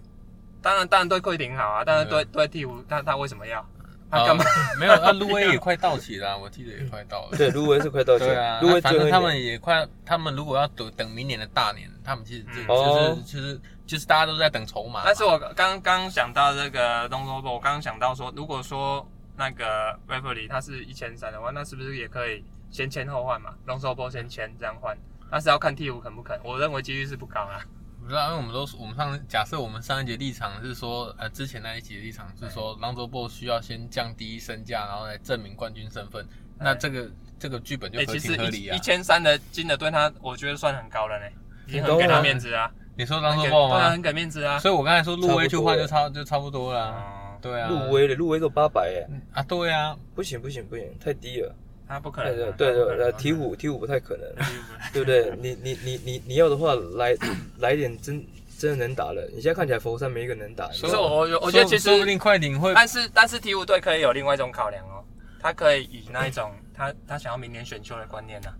S3: 当然当然对快艇好啊，当然对对第五，他他为什么要？他啊干嘛？
S1: 呃没有，那 Lou Will 也快到期了啊，我记得也快到了。
S2: 对，卢维是快到期
S1: 对啊，，
S2: 卢
S1: 那
S2: 维
S1: 反
S2: 最
S1: 正
S2: 后一
S1: 他
S2: 年
S1: 们也快，他们如果要等等明年的大年，他们其实
S3: 嗯
S1: 就就
S2: 哦
S1: 是就是就是大家都在等筹码嘛。
S3: 但是我刚刚想到这个 r o n z o b o 我刚刚想到说，如果说那个 r e f e r y 他是一千三的话，那是不是也可以先签后换嘛 r o n z o b o 先签这样换？但是要看第五肯不肯，我认为几率是不高啦。
S1: 不知道，因为我们都我们上假设我们上一节立场是说，呃，之前那一集的立场是说，朗佐波需要先降低身价，然后来证明冠军身份。那这个这个剧本就
S3: 哎、
S1: 合
S3: 其
S1: 情
S3: 实
S1: 合理
S3: 一
S1: 啊
S3: 一。千三的金额对他，我觉得算很高了呢，已经
S2: 很高
S3: 很给他
S2: 啊
S3: 面子啊，
S1: 你说
S3: 很
S1: 朗佐
S3: 给
S1: 波
S3: 对啊，
S1: 吗
S3: 很？给面子啊。
S1: 所以我刚才说路威去换就
S2: 差
S1: 差就差不多了啊。
S3: 哦，
S1: 对啊，
S2: 路威的路威都八百哎，
S1: 嗯啊，对啊，
S2: 不行不行不行，太低了。
S3: 他不可
S2: 对
S3: 能
S2: 对对
S3: 啊，他不可
S2: 对，
S3: 能
S2: 呃
S3: 啊
S2: ，T 五 T 五不太可能。
S3: 他不可能
S2: 对不对？你你你你你要的话，来来点真真的能打的。你现在看起来佛山没一个能打，
S1: 所
S3: 所
S1: 以
S3: 以
S1: 我
S3: 我我我觉得其
S1: 说不
S3: 实，哎
S1: 定快艇会
S3: 但是但是 T 五队可以有另外一种考量哦，他可以以那一种他他想要明年选秀的观念呢、啊，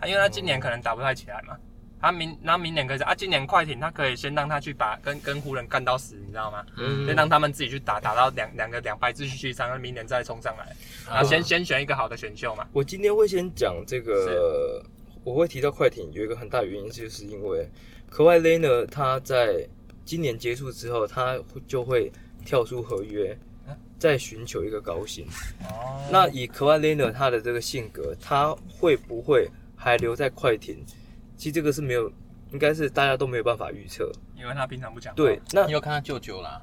S3: 他因为他今年可能打不太起来嘛，他明那明年可以啊，今年快艇他可以先让他去把跟跟湖人干到死，你知道吗？
S2: 嗯
S3: 先让他们自己去打，打到两两个两败之去伤，明年再冲上来，啊，
S1: 嗯
S3: 先先选一个好的选秀嘛。
S2: 我今天会先讲这个，我会提到快艇有一个很大原因，就是因为科外勒呢，他在今年结束之后，他就会跳出合约
S3: 啊，
S2: 再寻求一个高薪。
S3: 哦
S2: 那以科外勒呢，他的这个性格，他会不会还留在快艇？其实这个是没有，应该是大家都没有办法预测。
S3: 因为他平常不讲话
S2: 对，，那
S1: 你有看他舅舅啦。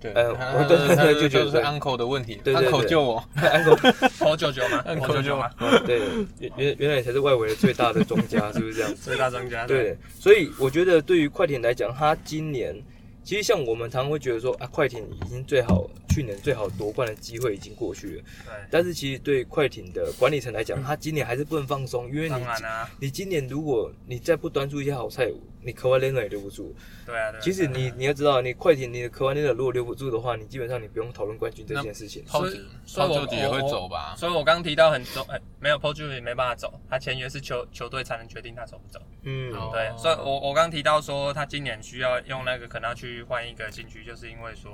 S1: 对，
S2: 呃
S1: 他
S2: 我对对
S1: 他
S2: 对
S1: 就
S2: 舅舅
S1: 就是
S2: 对
S1: uncle 的问题
S2: 对对对
S1: ，uncle 救我，
S2: 安 狗
S3: 投九九嘛，
S1: 嗯
S3: 投九九嘛，
S2: 对，原原原来你才是外围的最大的庄家，是不是这样？
S3: 最大专家。
S2: 对，所以我觉得对于快艇来讲，他今年其实像我们常会觉得说啊，快艇已经最好去年最好夺冠的机会已经过去了，
S3: 对，
S2: 但是其实对快艇的管理层来讲，他今年还是不能放松，因为你
S3: 当然啊啦，
S2: 你今年如果你再不端出一些好菜，你科瓦 l 纳也留不住。
S3: 对啊，对啊。
S2: 其实
S3: 对啊
S2: 你你要知道，你快艇你的科瓦 l 纳如果留不住的话，你基本上你不用讨论冠军这件事情。
S1: 抛
S3: 所以
S1: 子
S3: 所以
S1: 抛
S3: 我
S1: 舅舅也会
S3: 我我
S1: 走吧？
S3: 啊所以我刚提到很重，哎，没有 p o j u 也没办法走，他签约是球球队才能决定他走不走。
S2: 嗯，
S1: 哦
S3: 对，所以我我刚提到说他今年需要用那个可能去换一个禁区，就是因为说，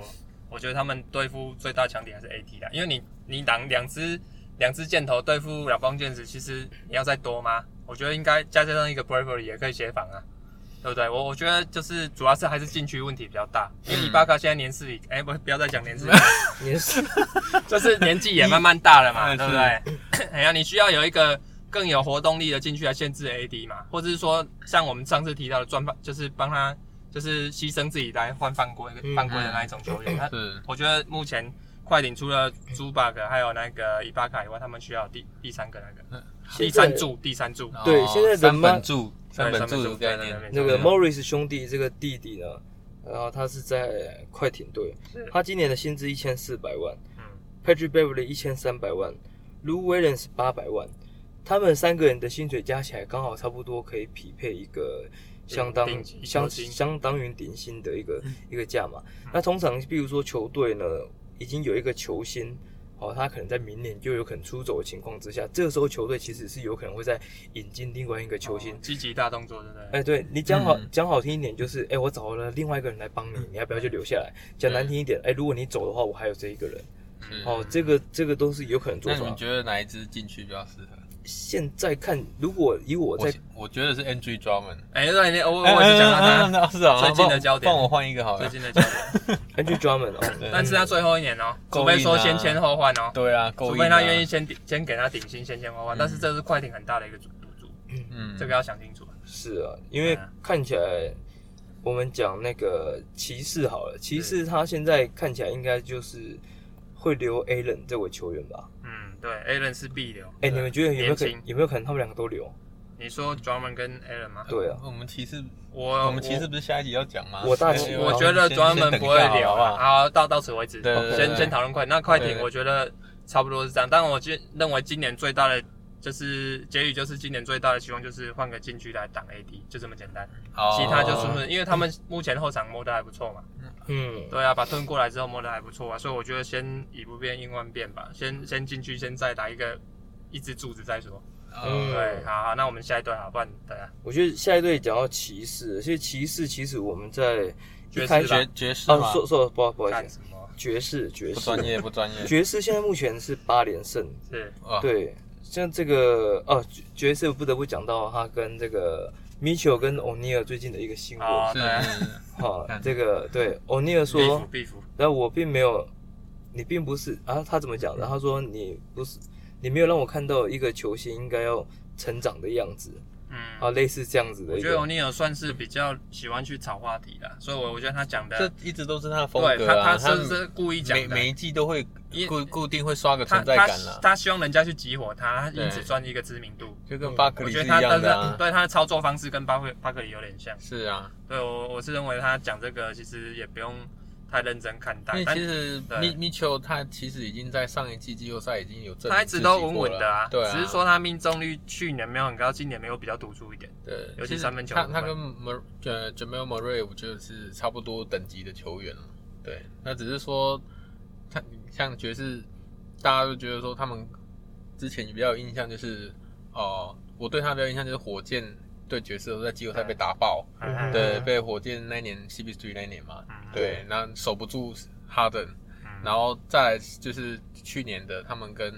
S3: 我觉得他们对付最大强点还是 AT 啦，因为你你两两只两只箭头对付两方箭矢，其实你要再多吗？我觉得应该加上一个 Bravery 也可以协防啊，对不对？我我觉得就是主要是还是禁区问题比较大，因为伊巴卡现在年事已，哎、不不要再讲年事已，
S2: 你是
S3: 就是年纪也慢慢大了 嘛，
S1: 哎
S3: 对不对？ 哎呀，你需要有一个更有活动力的进去来限制 AD 嘛，或者是说像我们上次提到的赚犯，就是帮他就是牺牲自己来换犯规
S2: 嗯
S3: 犯规的那一种球员。他
S1: 是
S3: 我觉得目前快艇除了朱巴格还有那个伊巴卡以外，他们需要第第三个那个第
S2: 现在
S3: 三柱，第三柱。
S2: 对
S1: 哦
S2: 现在的
S1: 三
S2: 妈
S1: 本柱，三
S3: 对
S1: 本柱
S3: 三本
S1: 的
S3: 柱
S1: 概
S3: 对对
S1: 念
S3: 对，
S2: 那个
S1: 嗯
S2: Morris 兄弟这个弟弟呢，然后他是在快艇队
S3: 是，
S2: 他今年的薪资一千四百万
S3: 嗯，
S2: ，Patrick Beverly 一千三百万，Lou Williams 八百万，他们三个人的薪水加起来刚好差不多可以匹配一个相当
S3: 嗯顶级嗯
S2: 相
S3: 球星
S2: 相当于顶薪的一个一个价嘛。那通常比如说球队呢，已经有一个球星。哦，他可能在明年就有可能出走的情况之下，这个时候球队其实是有可能会在引进另外一个球星
S3: 哦，积极大动作，对不
S2: 哎、
S3: 对？
S2: 对你讲好
S1: 嗯
S2: 讲、好听一点，就是哎、我找了另外一个人来帮你，
S3: 嗯
S2: 你要不要就留下来？讲难听一点，哎、如果你走的话，我还有这一个人。
S3: 嗯
S1: 是
S2: 哦，这个这个都是有可能做
S1: 那你
S2: 法
S1: 们。觉得哪一支进去比较适合？
S2: 现在看，如果以
S1: 我
S2: 我在
S1: 我觉得是 Andrew Drummond。
S3: 哎，那你我我也是
S2: 哎
S3: 想到他
S1: 他，是啊，
S3: 最近的焦点
S1: 帮我换一个好
S3: 最
S1: 了。
S3: 近的焦点，
S2: Andrew Drummond
S1: 对
S2: 哦，
S3: 但是他最后一年哦，
S1: 够
S3: 除
S1: 硬啊
S3: 非说先签后换哦，
S1: 对啊，够
S3: 除
S1: 硬啊
S3: 非他愿意，先顶先给他顶薪，先签后换，
S1: 嗯
S3: 但是这是快艇很大的一个赌赌注，
S1: 嗯，
S3: 这个要想清楚。
S2: 是啊，因为
S3: 嗯
S2: 看起来我们讲那个骑士好了，骑士他现在看起来应该就是会留 Allen 这位球员吧？
S3: 嗯，对，Allen 是必留。
S2: 哎、
S1: 对啊
S2: 你们觉得有没有可
S3: 年轻
S2: 有没有可能他们两个都留？
S3: 你说 Drummond 跟 Allen 吗？
S2: 对啊，
S1: 我们骑士，
S3: 呃我
S1: 我们骑士不是下一集要讲吗？
S2: 我大
S1: 对
S2: 骑
S1: 对
S3: 我
S1: 对
S3: 觉得
S1: 啊先
S3: 专门
S1: 先等
S3: 不
S1: 一
S3: 会
S1: 下
S3: 聊
S1: 好
S3: 啊，
S1: 吧？
S3: 好，到到此为止，
S1: 对对对
S3: 先
S1: 对
S3: 先讨论快。那快
S1: 对
S3: 艇，
S1: 对
S3: 我觉得差不多是这样。但我今认为今年最大的就是结语，就是今年最大的希望就是换个禁区来挡 AD，就这么简单。
S1: 好
S3: 其他就顺顺，因为他们目前后场摸得还不错嘛。
S2: 嗯，
S3: 对啊，把盾过来之后摸得还不错啊，所以我觉得先以不变应万变吧，先先禁区先再打一个一支柱子再说。
S1: 嗯
S3: 对，好好，那我们下一队好，不然等下
S2: 我觉得下一队讲到骑士，其实骑士其实我们在一
S3: 爵士
S2: 开始
S3: 吧
S1: 爵爵士
S2: 啊，
S1: 嘛，
S2: 说说不好不好意
S3: 干
S2: 思，
S3: 什么？
S2: 爵士爵
S1: 不专
S2: 士
S1: 业不专业。
S2: 爵士现在目前是八连胜，
S3: 是
S1: 哇，
S2: 对，像这个哦、爵爵士不得不讲到他跟这个米切尔跟欧尼尔最近的一个新闻
S3: 哦
S2: 哈、
S1: 是
S3: 对啊
S1: 是看
S2: 这个对欧尼尔
S3: 必服
S2: 说，
S3: 必服，
S2: 但我并没有，你并不是啊，他怎么讲
S1: 嗯
S2: 的？他说你不是，你没有让我看到一个球星应该要成长的样子
S3: 嗯。
S2: 啊，类似这样子的
S3: 我
S2: 一
S3: 觉得欧
S2: 个，
S3: 尼尔算是比较喜欢去炒话题啦，所以我我觉得他讲的
S1: 这，一直都是他的风
S3: 对
S1: 格
S3: 他
S1: 啊，
S3: 他是不是故意讲
S1: 每
S3: 的？
S1: 每一季都会
S3: 因
S1: 固固定会刷个
S3: 他
S1: 存在
S3: 他
S1: 感啦，
S3: 他希望人家去激活他，他因此
S1: 对
S3: 赚一个知名度。
S1: 就跟巴克
S3: 嗯我
S1: 利
S3: 觉
S1: 是
S3: 得
S1: 一
S3: 他
S1: 样
S3: 但是
S1: 的
S3: 他
S1: 啊。
S3: 对他的操作方式跟巴克巴克里有点像，
S1: 是啊，
S3: 对我我是认为他讲这个其实也不用太认真看待
S1: 因，为
S3: 但
S1: 其实
S3: 对
S1: 米米球他其实已经在上一季季后赛已经有证明
S3: 他一直都
S1: 自己
S3: 稳
S1: 过
S3: 稳
S1: 了
S3: 的啊，
S1: 对啊，
S3: 只是说他命中率去年没有很高，今年没有比较突出一点。
S1: 对，
S3: 尤其
S1: 其实
S3: 三分球
S1: 他
S3: 部
S1: 他
S3: 分
S1: 跟 Mar 呃 Jamal Murray 我觉得是差不多等级的球员了。对，那只是说他像爵士，大家都觉得说他们之前比较有印象就是哦、我对他的印象就是火箭对爵士都在季后赛被打爆，
S2: 嗯
S1: 对，被火箭那年 CP3 那年嘛，
S3: 哎嗯，
S1: 对，那守不住哈登，
S3: 嗯
S1: 然后再来就是去年的他们跟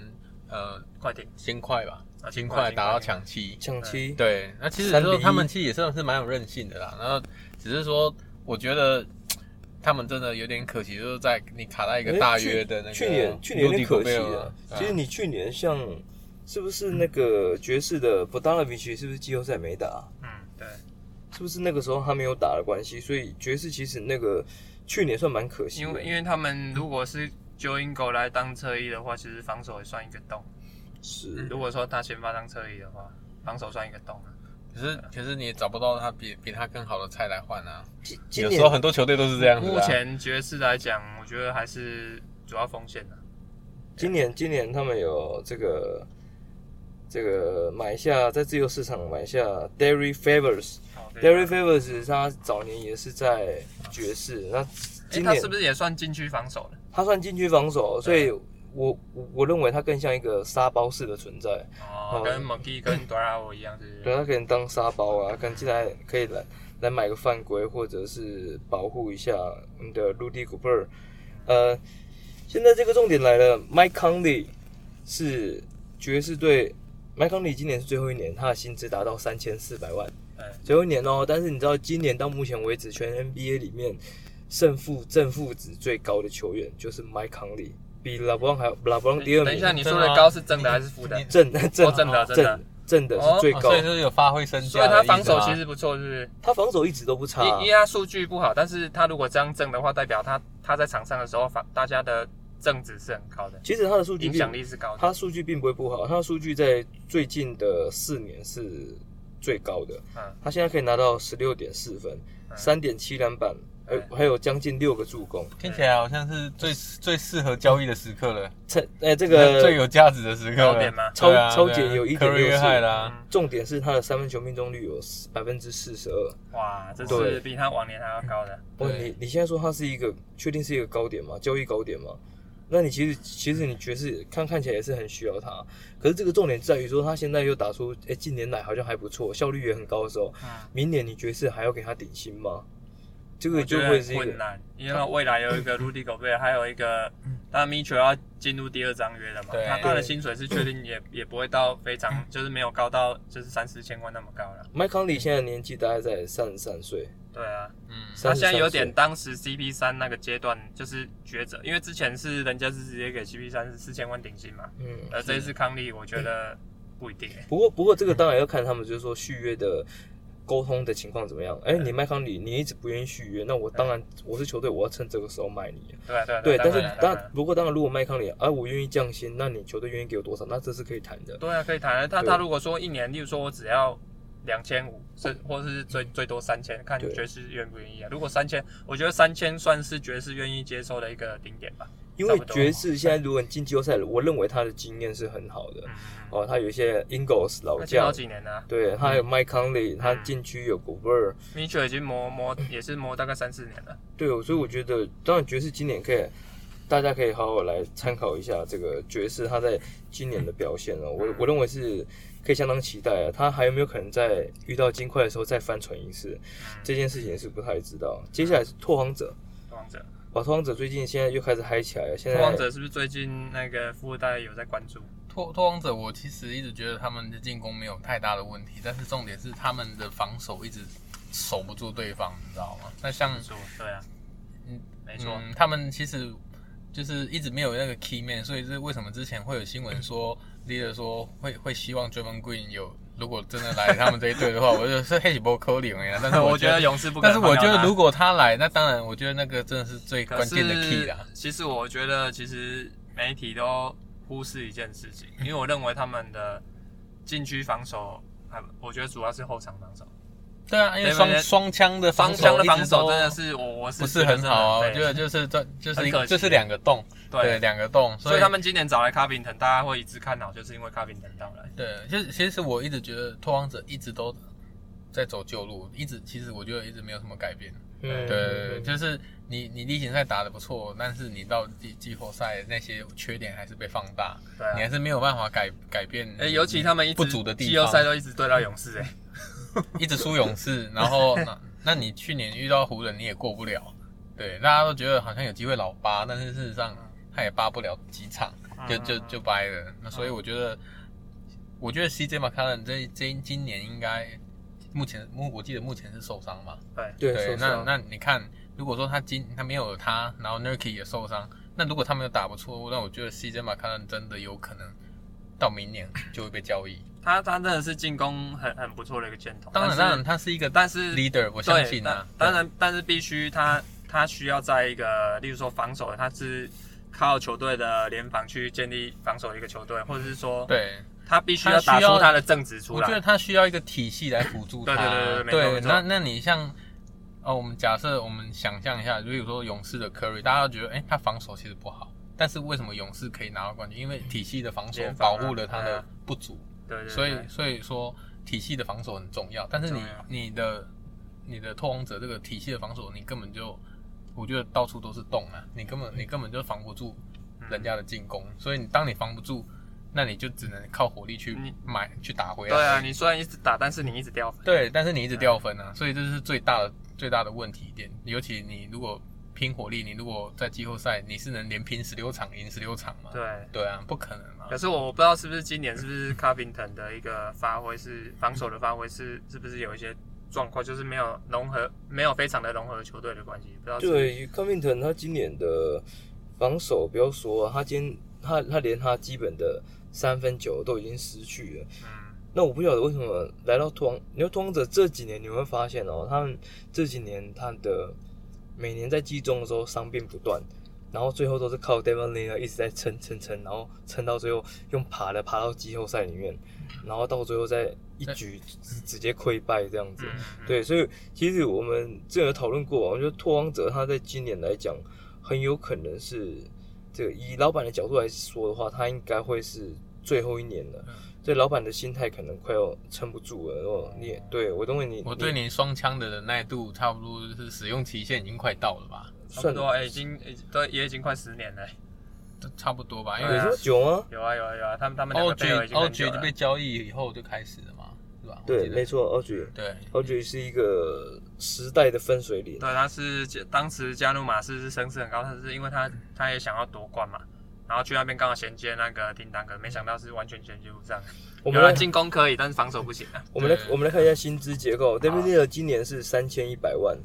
S1: 呃
S3: 快点，
S1: 金块吧，
S3: 啊
S1: 金
S3: 金
S1: 块
S3: 块
S1: 打到抢七，
S2: 抢七，
S1: 对，那其实
S2: 3比
S1: 说他们
S2: 1
S1: 其实也算是蛮有韧性的啦。然后只是说，我觉得他们真的有点可惜，就是在你卡在一个大约的那个
S2: 哎去年去年有点可惜
S1: Rudy Gobert
S2: 啊
S1: 啊。。
S2: 其实你去年像是不是
S1: 嗯
S2: 那个爵士的博达拉维奇是不是季后赛没打？
S3: 嗯，对，
S2: 是不是那个时候他没有打的关系？所以爵士其实那个去年算蛮可惜的。
S3: 因为因为他们如果是 Joingo 来当侧翼的话，其实防守也算一个洞。
S2: 是
S3: 如果说他先发当侧翼的话，防守算一个洞啊。
S1: 可是可是你也找不到他比比他更好的菜来换啊。
S2: 今今
S1: 有时候
S2: 年
S1: 很多球队都是这样子、啊。
S3: 目前爵士来讲，我觉得还是主要锋线啊的。
S2: 今年今年他们有这个这个买下在自由市场买下 Derry Favors。
S3: 哦对
S2: Derry Favors 他早年也是在爵士，那
S3: 诶
S2: 今
S3: 他
S2: 年
S3: 是不是也算禁区防守了？
S2: 他算禁区防守，所以我我我认为他更像一个沙包式的存在。
S3: 哦
S2: 哦，
S3: 跟 m o n k e y 跟 d o r a o 一样，是不
S2: 对，啊
S3: 是？
S2: 他可能当沙包啊，可能进来可以来来买个犯规，或者是保护一下我们的 Rudy Cooper。呃，现在这个重点来了，Mike Conley 是爵士队，Mike Conley 今年是最后一年，他的薪资达到三千四百万，
S3: 哎
S2: 最后一年哦。但是你知道，今年到目前为止，全 NBA 里面胜负正负值最高的球员就是 Mike Conley，比拉布朗还有拉布朗第二名。
S3: 等一下，你说
S1: 真的
S3: 的
S1: 吗
S3: 高是正的还是负的
S1: 啊你？
S2: 正正
S3: 哦正的正的
S2: 正正的是最
S1: 哦
S2: 高
S1: 所以，说有发挥身价，
S3: 所以他防守其实不错，是不是？
S2: 他防守一直都不差啊。
S3: 因因为他数据不好，但是他如果这样正的话，代表他他在场上的时候，防大家的正值是很高的，
S2: 其实他的数据
S3: 影
S2: 并
S3: 响力是高的。
S2: 他数据并不会不好，他的数据在最近的四年是最高的，
S3: 嗯，
S2: 他现在可以拿到十六点四分，
S3: 嗯
S2: 三点七篮板，还
S3: 嗯
S2: 还有将近六个助攻。
S1: 听起来好像是最最适合交易的时刻了，
S2: 这哎、这个
S1: 最有价值的时刻
S3: 高点吗
S1: 了。对啊
S2: 超
S1: 对啊
S2: 超姐有
S1: Career
S2: 1.64
S1: high 啦，
S3: 嗯
S2: 重点是他的三分球命中率有百分之四十二。
S3: 哇，这
S2: 对
S3: 是比他往年还要高的。
S2: 哇，
S1: 对
S2: 你你现在说他是一个确定是一个高点吗？交易高点吗？那你其实其实你爵士看看起来也是很需要他，可是这个重点在于说他现在又打出哎、近年来好像还不错，效率也很高的时候，
S3: 嗯，
S2: 明年你爵士还要给他顶薪吗？这
S3: 我
S2: 个
S3: 觉
S2: 就
S3: 得
S2: 会是
S3: 很
S2: 一
S3: 困
S2: 个
S3: 难，因为未来有一 个 Rudy Gobert，还有一个那 Mitchell 要进入第二张约了嘛
S1: 对，
S3: 他他的薪水是确定也也不会到非常，就是没有高到就是三四千万那么高了。
S2: 麦康利现在年纪大概在三十三岁，
S3: 对啊，
S1: 嗯，
S2: 33
S3: 他现在有点
S2: 岁
S3: 当时 CP 三那个阶段就是抉择，因为之前是人家是直接给 CP 三是四千万顶薪嘛，
S2: 嗯，
S3: 而这一次康利我觉得不一定欸。
S2: 不过，不过这个当然要看他们就是说续约的沟通的情况怎么样。哎，
S3: 对
S2: 你麦康里你一直不愿意续约，那我当然我是球队，我要趁这个时候卖你。
S3: 对啊对啊
S2: 对，
S3: 啊
S2: 但是
S3: 当然
S2: 当
S3: 当然
S2: 然，不过当然，如果麦康里啊，我愿意降薪，那你球队愿意给我多少，那这是可以谈的。
S3: 对啊，可以谈啊。他
S2: 对
S3: 他如果说一年，例如说我只要两千五，是或是最最多三千，看
S2: 对
S3: 爵士愿不愿意啊。如果三千，我觉得三千算是爵士愿意接受的一个顶点吧。
S2: 因为爵士现在如果你进季后赛，我认为他的经验是很好的。
S3: 嗯，
S2: 哦，他有一些 Ingles 老
S3: 那进好
S2: 将，
S3: 几年呢、啊、
S2: 对，
S1: 嗯
S2: 他还有麦康利，他禁区有 g o b e r
S3: ？Mitchell 已经磨磨也是磨大概三四年了。
S2: 对，所以我觉得，当然爵士今年可以，大家可以好好来参考一下这个爵士他在今年的表现哦。
S1: 嗯
S2: 我我认为是可以相当期待啊。他还有没有可能在遇到金块的时候再翻船一次？这件事情是不太知道。接下来是拓荒者，
S3: 嗯拓王者，
S2: 哇，拓荒者最近现在又开始嗨起来了。现
S3: 拓王
S2: 在
S3: 者是不是最近那个富二代有在关注？
S1: 拓拓荒者，我其实一直觉得他们的进攻没有太大的问题，但是重点是他们的防守一直守不住对方，你知道吗？那像
S3: 没错，对啊，
S1: 嗯，
S3: 没错，
S1: 嗯，他们其实就是一直没有那个 key man，所以是为什么之前会有新闻说
S3: 嗯
S1: leader 说会会希望 d r a m o n Green 有，如果真的来他们这一队 的话，我就是黑起波扣零呀。啊但是
S3: 我
S1: 觉
S3: 觉得勇士不可
S1: 但是
S3: 能放
S1: 嗯我
S3: 掉他。啊
S1: 觉得如果他来，那当然，我觉得那个真的是最
S3: 可
S1: 关
S3: 是，
S1: 键的 key 啊啦。
S3: 其实我觉得，其实媒体都忽视一件事情，因为我认为他们的禁区防守，还我觉得主要是后场防守，
S1: 对啊，因为
S3: 对
S1: 双
S3: 对
S1: 双枪的
S3: 双
S1: 防
S3: 枪
S1: 守
S3: 的
S1: 一
S3: 防
S1: 直
S3: 守
S1: 都
S3: 真的是我我是
S1: 不是很好啊。我觉得
S3: 真的
S1: 就是这就是一
S3: 很可惜
S1: 就是两个洞，
S3: 很废
S1: 对，
S3: 对。
S1: 两个洞，
S3: 所
S1: 所
S3: 以他们今年找来卡宾腾，大家会一致看好，就是因为卡宾腾到来。
S1: 对，就是其实我一直觉得拓荒者一直都在走旧路，一直其实我觉得一直没有什么改变。
S2: 嗯，
S1: 对，就是你你例行赛打得不错，但是你到季季后赛那些缺点还是被放大，
S3: 对
S1: 你
S3: 啊，
S1: 还是没有办法改改变你。
S3: 哎、尤其他们一直
S1: 不足的地方
S3: 季后赛都一直对到勇士、哎，
S1: 一直输勇士，然 后那那你去年遇到湖人你也过不了，对，大家都觉得好像有机会老八，但是事实上他也扒不了几场，
S3: 嗯
S1: 就就就掰了。那所以我觉得，我觉得 CJ m c c a l l u m 这这今年应该目前目我记得目前是受伤嘛，
S2: 对
S3: 对，
S1: 对，
S2: 受
S1: 那
S2: 伤
S1: 那你看，如果说他今他没有他，然后 Nurkic 也受伤，那如果他没有打不错，那我觉得 CJ m c c a l l u m 真的有可能到明年就会被交易。
S3: 他他真的是进攻很很不错的一个箭头。
S1: 当然，
S3: 但
S1: 当
S3: 是
S1: 然他是一个
S3: 但是
S1: leader，我
S3: 对，
S1: 相信啊。
S3: 但当然，但是必须他他需要在一个，例如说防守，他是靠球队的联防去建立防守的一个球队，或者是说
S1: 对，
S3: 他必须
S1: 他
S3: 要打
S1: 需要
S3: 出他的正值出
S1: 我觉得
S3: 来。
S1: 他需要一个体系来辅助他。
S3: 对对对对没错没错
S1: 那那你像哦，我们假设我们想象一下，比如说勇士的 Curry，大家都觉得哎、诶他防守其实不好，但是为什么勇士可以拿到冠军？因为体系的防守
S3: 联
S1: 保
S3: 防啊
S1: 护了他
S3: 对
S1: 的
S3: 啊
S1: 不足，
S3: 对对对，
S1: 所以
S3: 对
S1: 所以说体系的防守很重要。但是你
S3: 重要
S1: 你的你的拓荒者这个体系的防守，你根本就我觉得到处都是洞啊，你根
S3: 嗯
S1: 本你根本就防不住人家的进攻，所以你当你防不住。那你就只能靠火力去
S3: 你
S1: 买去打回来。
S3: 对啊，你虽然一直打，但是你一直掉分。
S1: 对，但是你一直掉分啊，所以这是最大的最大的问题点。尤其你如果拼火力，你如果在季后赛你是能连拼十六场赢十六场吗？
S3: 对。
S1: 对啊，不可能嘛
S3: 可。是我不知道是不是今年是不是 Covington 的一个发挥是防守的发挥是是不是有一些状况，就是没有融合，没有非常的融合球队的关系，不知道是不是
S2: 对
S3: 嗯
S2: ，Covington 他今年的防守不要说、啊，他今天他他连他基本的三分球都已经失去了。
S3: 嗯
S2: 那我不晓得为什么来到拓荒，你说拓荒者这几年你会发现哦，他们这几年他的每年在季中的时候伤病不断，然后最后都是靠 Devon l e a 一直在撑撑撑，然后撑到最后用爬的爬到季后赛里面，然后到最后再一局直直接溃败这样子。
S3: 嗯，
S2: 对，所以其实我们之前有讨论过，啊我觉得拓荒者他在今年来讲，很有可能是这个以老板的角度来说的话，他应该会是最后一年了
S1: 嗯。
S2: 所以老板的心态可能快要撑不住了。哦，你也对我认为你，
S1: 我对你双枪的忍耐度差不多就是使用期限已经快到了吧，
S3: 差不
S2: 算
S3: 多，哎、已经已经都也已经快十年了、哎
S1: 这差不多吧，因
S2: 有
S1: 为
S3: 对啊
S2: 这么久吗？
S3: 有啊有啊有啊，他们他们两
S1: O
S3: 个配
S1: G
S3: 合已经
S1: O
S3: 很
S1: G
S3: 久
S1: 就
S3: 了
S1: 被。交易以后就开始了嘛，是吧？我
S2: 对，
S1: 记得
S2: 没，错，奥局，
S1: 对，
S2: 奥局是一个时代的分水岭。
S3: 对，他是当时加入马刺是声势很高，他是因为他他也想要夺冠嘛，然后去那边刚好衔接那个叮当哥，没想到是完全衔接不上。
S2: 我
S3: 有啊
S2: 们
S3: 了
S2: 来，
S3: 进攻可以，但是防守不行啊。
S2: 我们来
S1: 对，
S2: 我们来看一下薪资结构。David l e a 今年是三千一百万，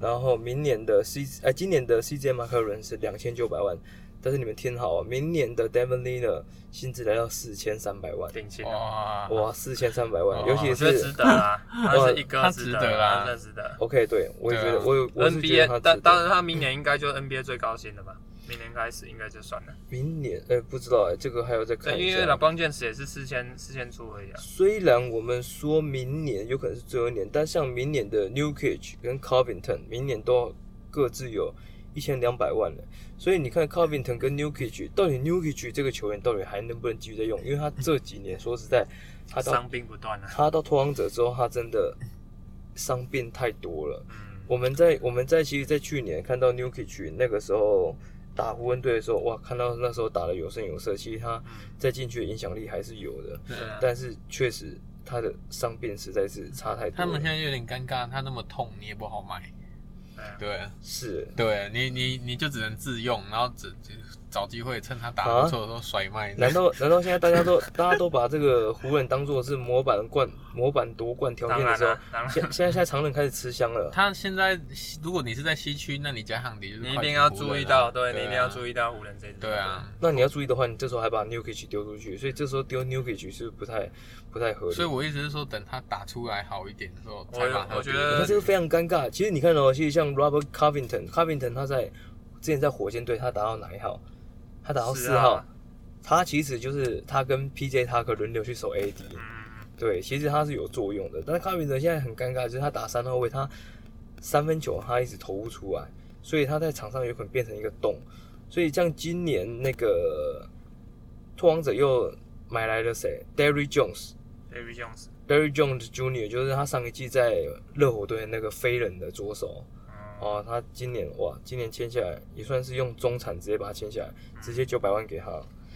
S2: 然后明年的 C 呃，今年的 CJ 马克伦是两千九百万，但是你们听好啊，明年的 Devin l e n a 薪资来到四千三百万，
S3: 顶薪哦，
S1: 哇，
S2: 哇，四千三百万，
S1: 哇
S2: 尤
S3: 啊我
S2: 其
S3: 觉得值
S2: 是
S3: 得啦，他是一
S1: 他
S3: 哥
S1: 值
S3: 得啊
S1: 得啦
S3: 他真的值得。
S2: OK，对我也觉得，
S1: 对啊
S2: 我有我是觉得
S3: NBA，
S2: 他
S3: 但
S2: 值
S3: 当
S2: 得。
S3: 然他明年应该就是 NBA 最高薪的吧，明年开始应该就算了。
S2: 明年呃，不知道哎，这个还要再看
S3: 对，
S2: 一
S3: 因为老
S2: 下。
S3: 邦健士也是四千四千出而已啊。
S2: 虽然我们说明年有可能是最后一年，但像明年的 New Cage 跟 Covington 明年都各自有一千两百万了，所以你看 Covington 跟 New Cage 到底 New Cage 这个球员到底还能不能继续再用？因为他这几年说实在，他到
S3: 伤病不断啊。
S2: 他到拓荒者之后，他真的伤病太多了。
S3: 嗯，
S2: 我们在我们在其实，在去年看到 Nuki 群那个时候打湖人队的时候，哇，看到那时候打的有声有色，其实他
S3: 嗯
S2: 在禁区的影响力还是有的，
S1: 对
S3: 对啊
S2: 但是确实他的伤病实在是差太多了。
S1: 他们现在有点尴尬，他那么痛，你也不好买，
S3: 对
S1: 对，
S3: 啊
S2: 是
S1: 对你你你就只能自用，然后只只找机会趁他打
S2: 啊
S1: 不错的时候甩卖。
S2: 难道难道现在大家都 大家都把这个湖人当做是模板冠模板夺冠条
S3: 当
S2: 件的
S3: 然
S2: 时候
S3: 了，，当然
S2: 现现在现在常人开始吃 香了。
S1: 他现在如果你是在西区，那你加上迪就是
S3: 你
S1: 快
S3: 一
S1: 艇
S3: 定要注意到，对你一定要注
S1: 意。
S3: 意到湖人这一支。
S1: 啊对啊，
S2: 那你要注意的话，你这时候还把 Nuki 丢出去，所以这时候丢 Nuki 是不太不太合理。
S1: 所以我一直是说，等他打出来好一点的时候，
S3: 我
S1: 才把他
S3: 我觉
S1: 丢
S3: 得
S2: 可是这个非常尴尬。其实你看哦，其实像 Robert Covington，Covington 他在之前在火箭队，他打到哪一号？他打到
S3: 是
S2: 四
S3: 啊
S2: 号。他其实就是他跟 PJ 塔克轮流去守 AD，
S3: 嗯，
S2: 对，其实他是有作用的。但是 Covington 现在很尴尬，就是他打三号位，他三分球他一直投不出来，所以他在场上有可能变成一个洞。所以像今年那个拓荒者又买来了谁？Derry Jones。
S3: 嗯，David Jones，
S2: Barry Jones Jr. 就是他上一季在热火队那个飞人的左手
S3: 嗯，
S2: 哦，他今年哇，今年签下来也算是用中产直接把他签下来，直接九百万给他。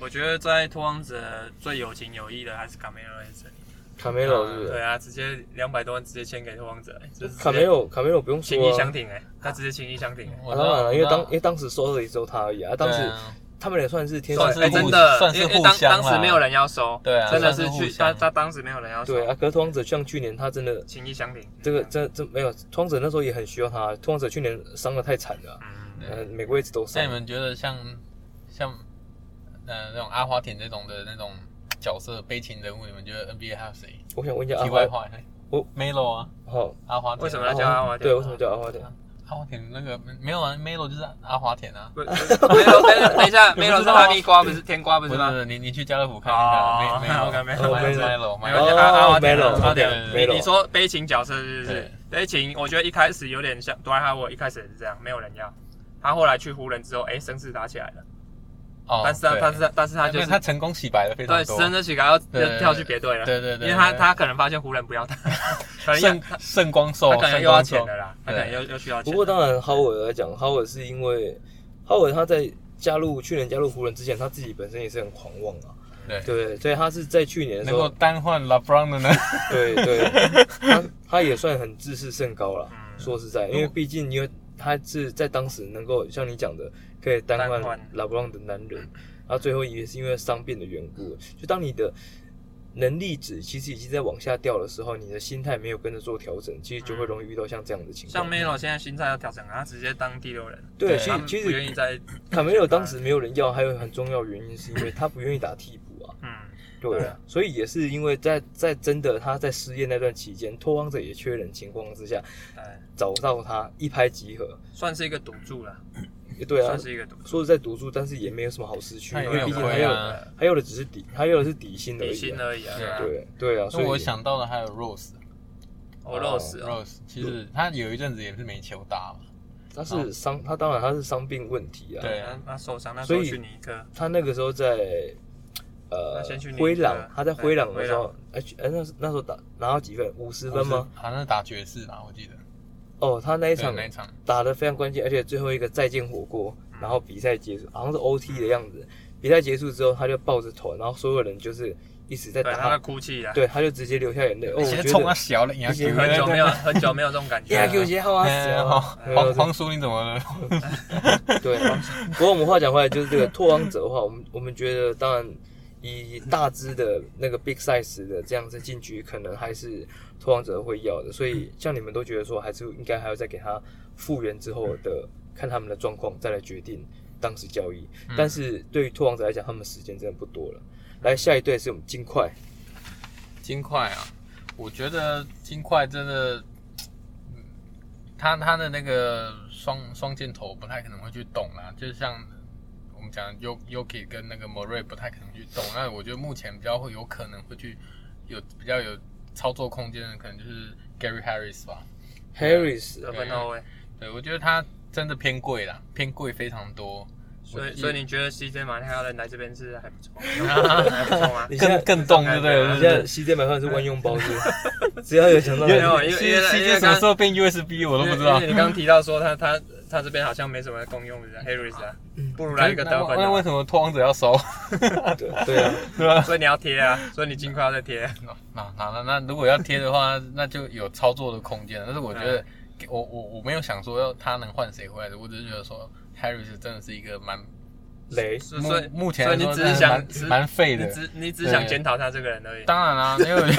S3: 我觉得在拓荒者最有情有义的还是卡梅罗这里。
S2: 卡梅罗是不
S3: 对
S2: 是？
S3: 啊，直接两百多万直接签给拓荒者，欸就是
S2: 卡梅罗，卡梅罗不用
S3: 情
S2: 说
S3: 谊
S2: 啊
S3: 相。挺哎、他直接情谊相挺哎、
S2: 啊当然了，因为当因
S1: 对
S2: 为当时收的也只有他而已啊。当时
S1: 啊
S2: 他们也算是天
S1: 算
S2: 算
S1: 是
S3: 哎、
S1: 互
S3: 真的，
S1: 算是
S3: 因为因为
S1: 互
S3: 当
S1: 相啦
S3: 当时没有人要收，
S1: 对啊
S3: 真的是
S1: 算是互
S3: 去
S1: 相
S3: 他他当时没有人要收，
S2: 对啊，可是拓荒者像去年他真的
S3: 情谊相挺，
S2: 这个这这没有，拓荒者那时候也很需要他，拓荒者去年伤的太惨了啊，
S3: 嗯，
S2: 呃，每个位置都
S1: 那
S2: 伤
S1: 你。们觉得像像呃那种阿华田这种的那种角色悲情人物，你们觉得 NBA 还有谁？
S2: 我想问一下阿
S1: 题
S2: 花
S1: 外，话，
S2: 我
S1: Melo 啊，
S2: 好，
S1: 阿华田啊
S3: 为什么要叫阿华田
S2: 对，为什么叫阿花田？
S1: 阿华田那个没有啊，Melo 就是阿华田啊。
S3: 不是没有，等一下等一下，没有
S1: 你不知
S3: 是
S1: 道吗
S3: 哈密瓜，不是甜瓜，不
S1: 不
S3: 是
S1: 是
S3: 吗？
S1: 不是，你你去家乐福看
S3: 哦
S1: 一下，
S3: OK，
S1: 没有
S3: 没有啊
S1: 没有
S2: 没
S1: ，Melo，
S3: 没
S1: 没
S3: 关
S1: 有
S3: 系，
S2: 哦
S3: 阿阿华
S2: 没
S3: 田
S2: 了
S3: 阿华田
S1: 没了
S3: 你你说悲情角色是不是
S1: 对？
S3: 悲情，我觉得一开始有点像哆啦 A 梦，我一开始也是这样，没有人要。他后来去湖人之后，哎，声势打起来了。
S1: 哦，
S3: 但是他，
S1: 对
S3: 但是他，但是他
S1: 因
S3: 就
S1: 为
S3: 是
S1: 哎他成功洗白了非常
S3: 对，
S1: 多，
S3: 真的起来要
S1: 对
S3: 要跳去别队了。
S1: 对对对，
S3: 因为他
S1: 对
S3: 他可能发现湖人不要他，可能要
S1: 圣
S3: 他
S1: 圣光兽，
S3: 他可能
S1: 圣
S3: 又要
S1: 哦光
S3: 钱
S1: 兽
S3: 的啦，他可能又又需要
S2: 不
S3: 钱。
S2: 过当然，哈维来讲，哈维是因为哈维他在加入去年加入湖人之前，他自己本身也是很狂妄啊，
S1: 对
S2: 对不对？所以他是在去年的时
S1: 能够
S2: 候，
S1: 单换 LeBron 的呢，
S2: 对 对，他他也算很自视甚高了。
S3: 嗯
S2: 说实在，因为毕竟因为他是在当时能够像你讲的，可以单
S3: 单
S2: 换
S3: 换
S2: 拉布朗的男人，然后最后也是因为伤病的缘故，就当你的。能力值其实已经在往下掉的时候，你的心态没有跟着做调整，其实就会容易遇到像这样的情况。
S3: 像 Melo 现在心态要调整，啊他直接当第六人，
S2: 对，
S1: 对
S2: 其
S3: 他
S2: 实
S3: 们
S2: 其
S3: 不愿
S2: 实
S3: 意再
S2: 卡梅尔当时没有人要，还有很重要原因是因为他不愿意打替补啊。
S3: 嗯
S2: 对
S3: 对
S2: 啊
S3: 啊，
S2: 所以也是因为在在真的他在失业那段期间，拓荒者也缺人情况之下，
S3: 对，
S2: 找到他一拍即合。
S3: 算是一个赌注了。
S2: 对啊
S3: 算，是一个赌注。
S2: 说是在赌注，但是也没有什么好失去，
S1: 他也
S2: 因
S1: 没
S2: 为
S1: 有
S2: 毕竟
S1: 亏
S2: 还有
S1: 啊。
S2: 还有的只是底，还有的是底薪而已、啊。
S3: 底薪而已啊，
S1: 对啊
S2: 对对啊，
S1: 那
S2: 所以
S1: 我想到的还有 Rose，Rose
S3: 我 Rose 哦，
S1: 其实他有一阵子也是没球打嘛，
S2: 他是伤，他当然他是伤病问题啊。
S1: 对
S3: 他
S1: 啊，
S3: 他受伤，那时
S2: 所以
S3: 候去尼克，
S2: 他那个时候在呃
S3: 那先去尼克
S2: 灰狼，他在
S3: 对
S2: 灰狼的时
S3: 灰
S2: 候，哎哎那时那时候打拿到几分？五十分吗？
S1: 好像是打爵士吧，我记得
S2: 哦，他那一
S1: 那
S2: 场
S1: 那一场，
S2: 打得非常关键，而且最后一个再见火锅，然后比赛结束，好像是 OT 的样子。比赛结束之后，他就抱着头，然后所有人就是一直在
S3: 对，他
S2: 打
S3: 会
S2: 他，
S3: 哭泣啊，
S2: 对，他就直接流下眼泪。哦，我
S1: 其
S2: 觉
S1: 实冲啊他
S2: 得
S1: 小了，你要
S2: 以前
S1: 球
S3: 很 久没有很久没有这种感 觉
S2: 呀，
S3: 了，
S2: 给我节号啊，死
S1: 哎
S2: 啊
S1: 好
S2: 对
S1: 黄
S2: 对
S1: 黄叔你怎么了？
S2: 对，不过我们话讲回来，就是这个拓荒者的话，我们我们觉得，当然以大只的那个 big size 的这样子进去，可能还是拓荒者会要的。所以像你们都觉得说，还是应该还要再给他复原之后的，看他们的状况再来决定当时交易。
S1: 嗯
S2: 但是对于拓荒者来讲，他们时间真的不多了。来，下一队是我们金 块，
S1: 金块啊，我觉得金块真的，嗯他他的那个双双箭头不太可能会去动啦、就像我们讲 y o Yuki 跟那个 Murray 不太可能去动。那我觉得目前比较会有可能会去有比较有操作空间的，可能就是 Gary Harris 吧。嗯
S2: Harris，
S3: 得分后卫，
S1: 对，我觉得他真的偏贵啦，偏贵非常多，
S3: 所
S1: 我
S3: 以所以你觉得 CJ 马太奥人来这边是还不错，还不错吗？
S2: 你现在
S1: 更更动对不对？
S2: 你现在 CJ 买算是万用包是 不是，只要有想到
S3: 因为
S2: 他
S3: 因为
S1: 是
S3: 因为因为
S1: 是什么时候变 USB 我都不知
S3: 因
S1: 道
S3: 为。你刚刚提到说他他他这边好像没什么功用的 Harris 啊，不如来一个得分
S1: 那为
S3: 啊，
S1: 什么拓荒者要收？
S2: 对对啊，
S1: 对吧？
S3: 所以你要贴啊，所以你尽快要再贴。啊
S1: 那那那那如果要贴的话， 那就有操作的空间了。但是我觉得，我我我没有想说要他能换谁回来的，我只是觉得说 Harris 真的是一个蛮
S2: 雷。
S3: 所以
S1: 目
S3: 所以
S1: 目前
S3: 所
S1: 来
S3: 以你
S1: 说
S3: 只
S1: 真的
S3: 是想
S1: 蛮
S3: 只
S1: 蛮废
S3: 你
S1: 的。
S3: 只你只想
S1: 对
S3: 检讨他这个人而已。
S1: 当然啦、因为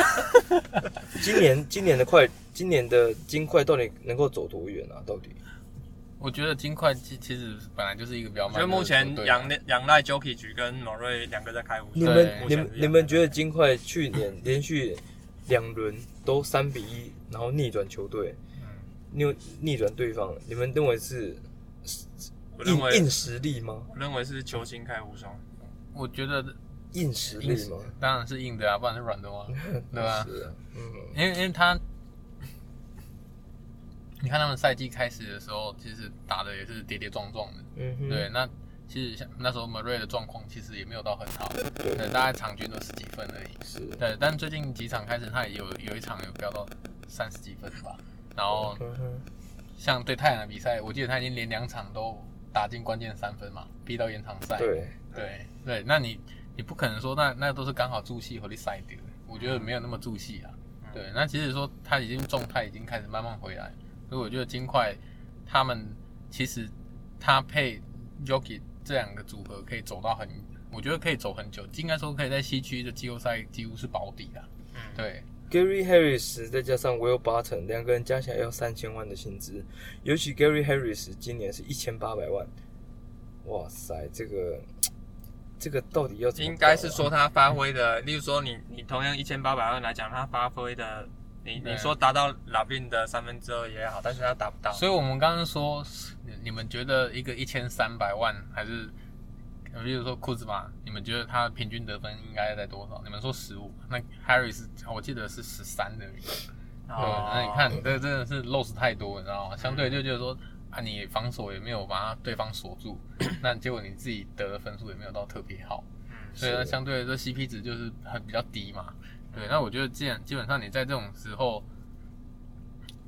S2: 今年今年的快，今年的金块到底能够走多远啊？到底
S1: 我觉得金块其其实本来就是一个比较
S3: 我
S1: 慢
S3: 觉
S1: 的
S3: 得目前
S1: 球队啊
S3: 仰赖仰赖 Joki 局跟某瑞两个在开五，
S2: 你
S1: 对
S2: 们
S1: 目前
S2: 你们你
S3: 是这样
S2: 们觉得金块去年 连续两轮都三比一，然后逆转球队，逆逆转对方，你们认为是
S3: 我认
S2: 硬
S3: 为
S2: 硬实力吗？
S3: 我认为是球星开无双，
S1: 我觉得
S2: 硬实
S1: 硬
S2: 力吗？
S1: 当然是硬的啊，不然是软的 吗？对吧、
S2: 是啊，嗯，
S1: 因为因为他，你看他们赛季开始的时候，其实打的也是跌跌撞撞的。
S2: 嗯哼，
S1: 对，那其实像那时候 m u r r a y 的状况其实也没有到很好，
S2: 对
S1: 对，大概场均都十几分而已。
S2: 是，
S1: 对，但最近几场开始，他也有有一场有飙到三十几分吧。然后
S2: 嗯哼，
S1: 像对太阳的比赛，我记得他已经连两场都打进关键三分嘛，逼到延长赛。
S2: 对，
S1: 对对，那你你不可能说那那都是刚好助戏和你赛丢，我觉得没有那么助戏啊。对，那其实说他已经状态已经开始慢慢回来，所以我觉得金块他们其实他配 Yoki 这两个组合可以走到很，我觉得可以走很久，应该说可以在西区的季后赛几乎是保底的。
S3: 嗯，
S1: 对，
S2: Gary Harris 再加上 Will Barton 两个人加起来要三千万的薪资，尤其 Gary Harris 今年是一千八百万，哇塞，这个这个到底要怎么、啊
S3: 应该是说，他发挥的，例如说你你同样一千八百万来讲，他发挥的，你
S1: 对
S3: 你说达到拉宾的三分之二也好，但是他达不到，
S1: 所以我们刚刚说，你你们觉得一个一千三百万还是，呃比如说库兹马，你们觉得他平均得分应该在多少？你们说十五，那 Harris 我记得是十三的。
S3: 哦
S1: 对，那你看，你这真的是 loss 太多，你知道吗？相对就觉得说啊，你防守也没有把对方锁住， 那结果你自己得的分数也没有到特别好，
S3: 嗯
S1: 所以呢，
S2: 是
S1: 相对来说 CP 值就是很比较低嘛。对，那我觉得既然基本上你在这种时候，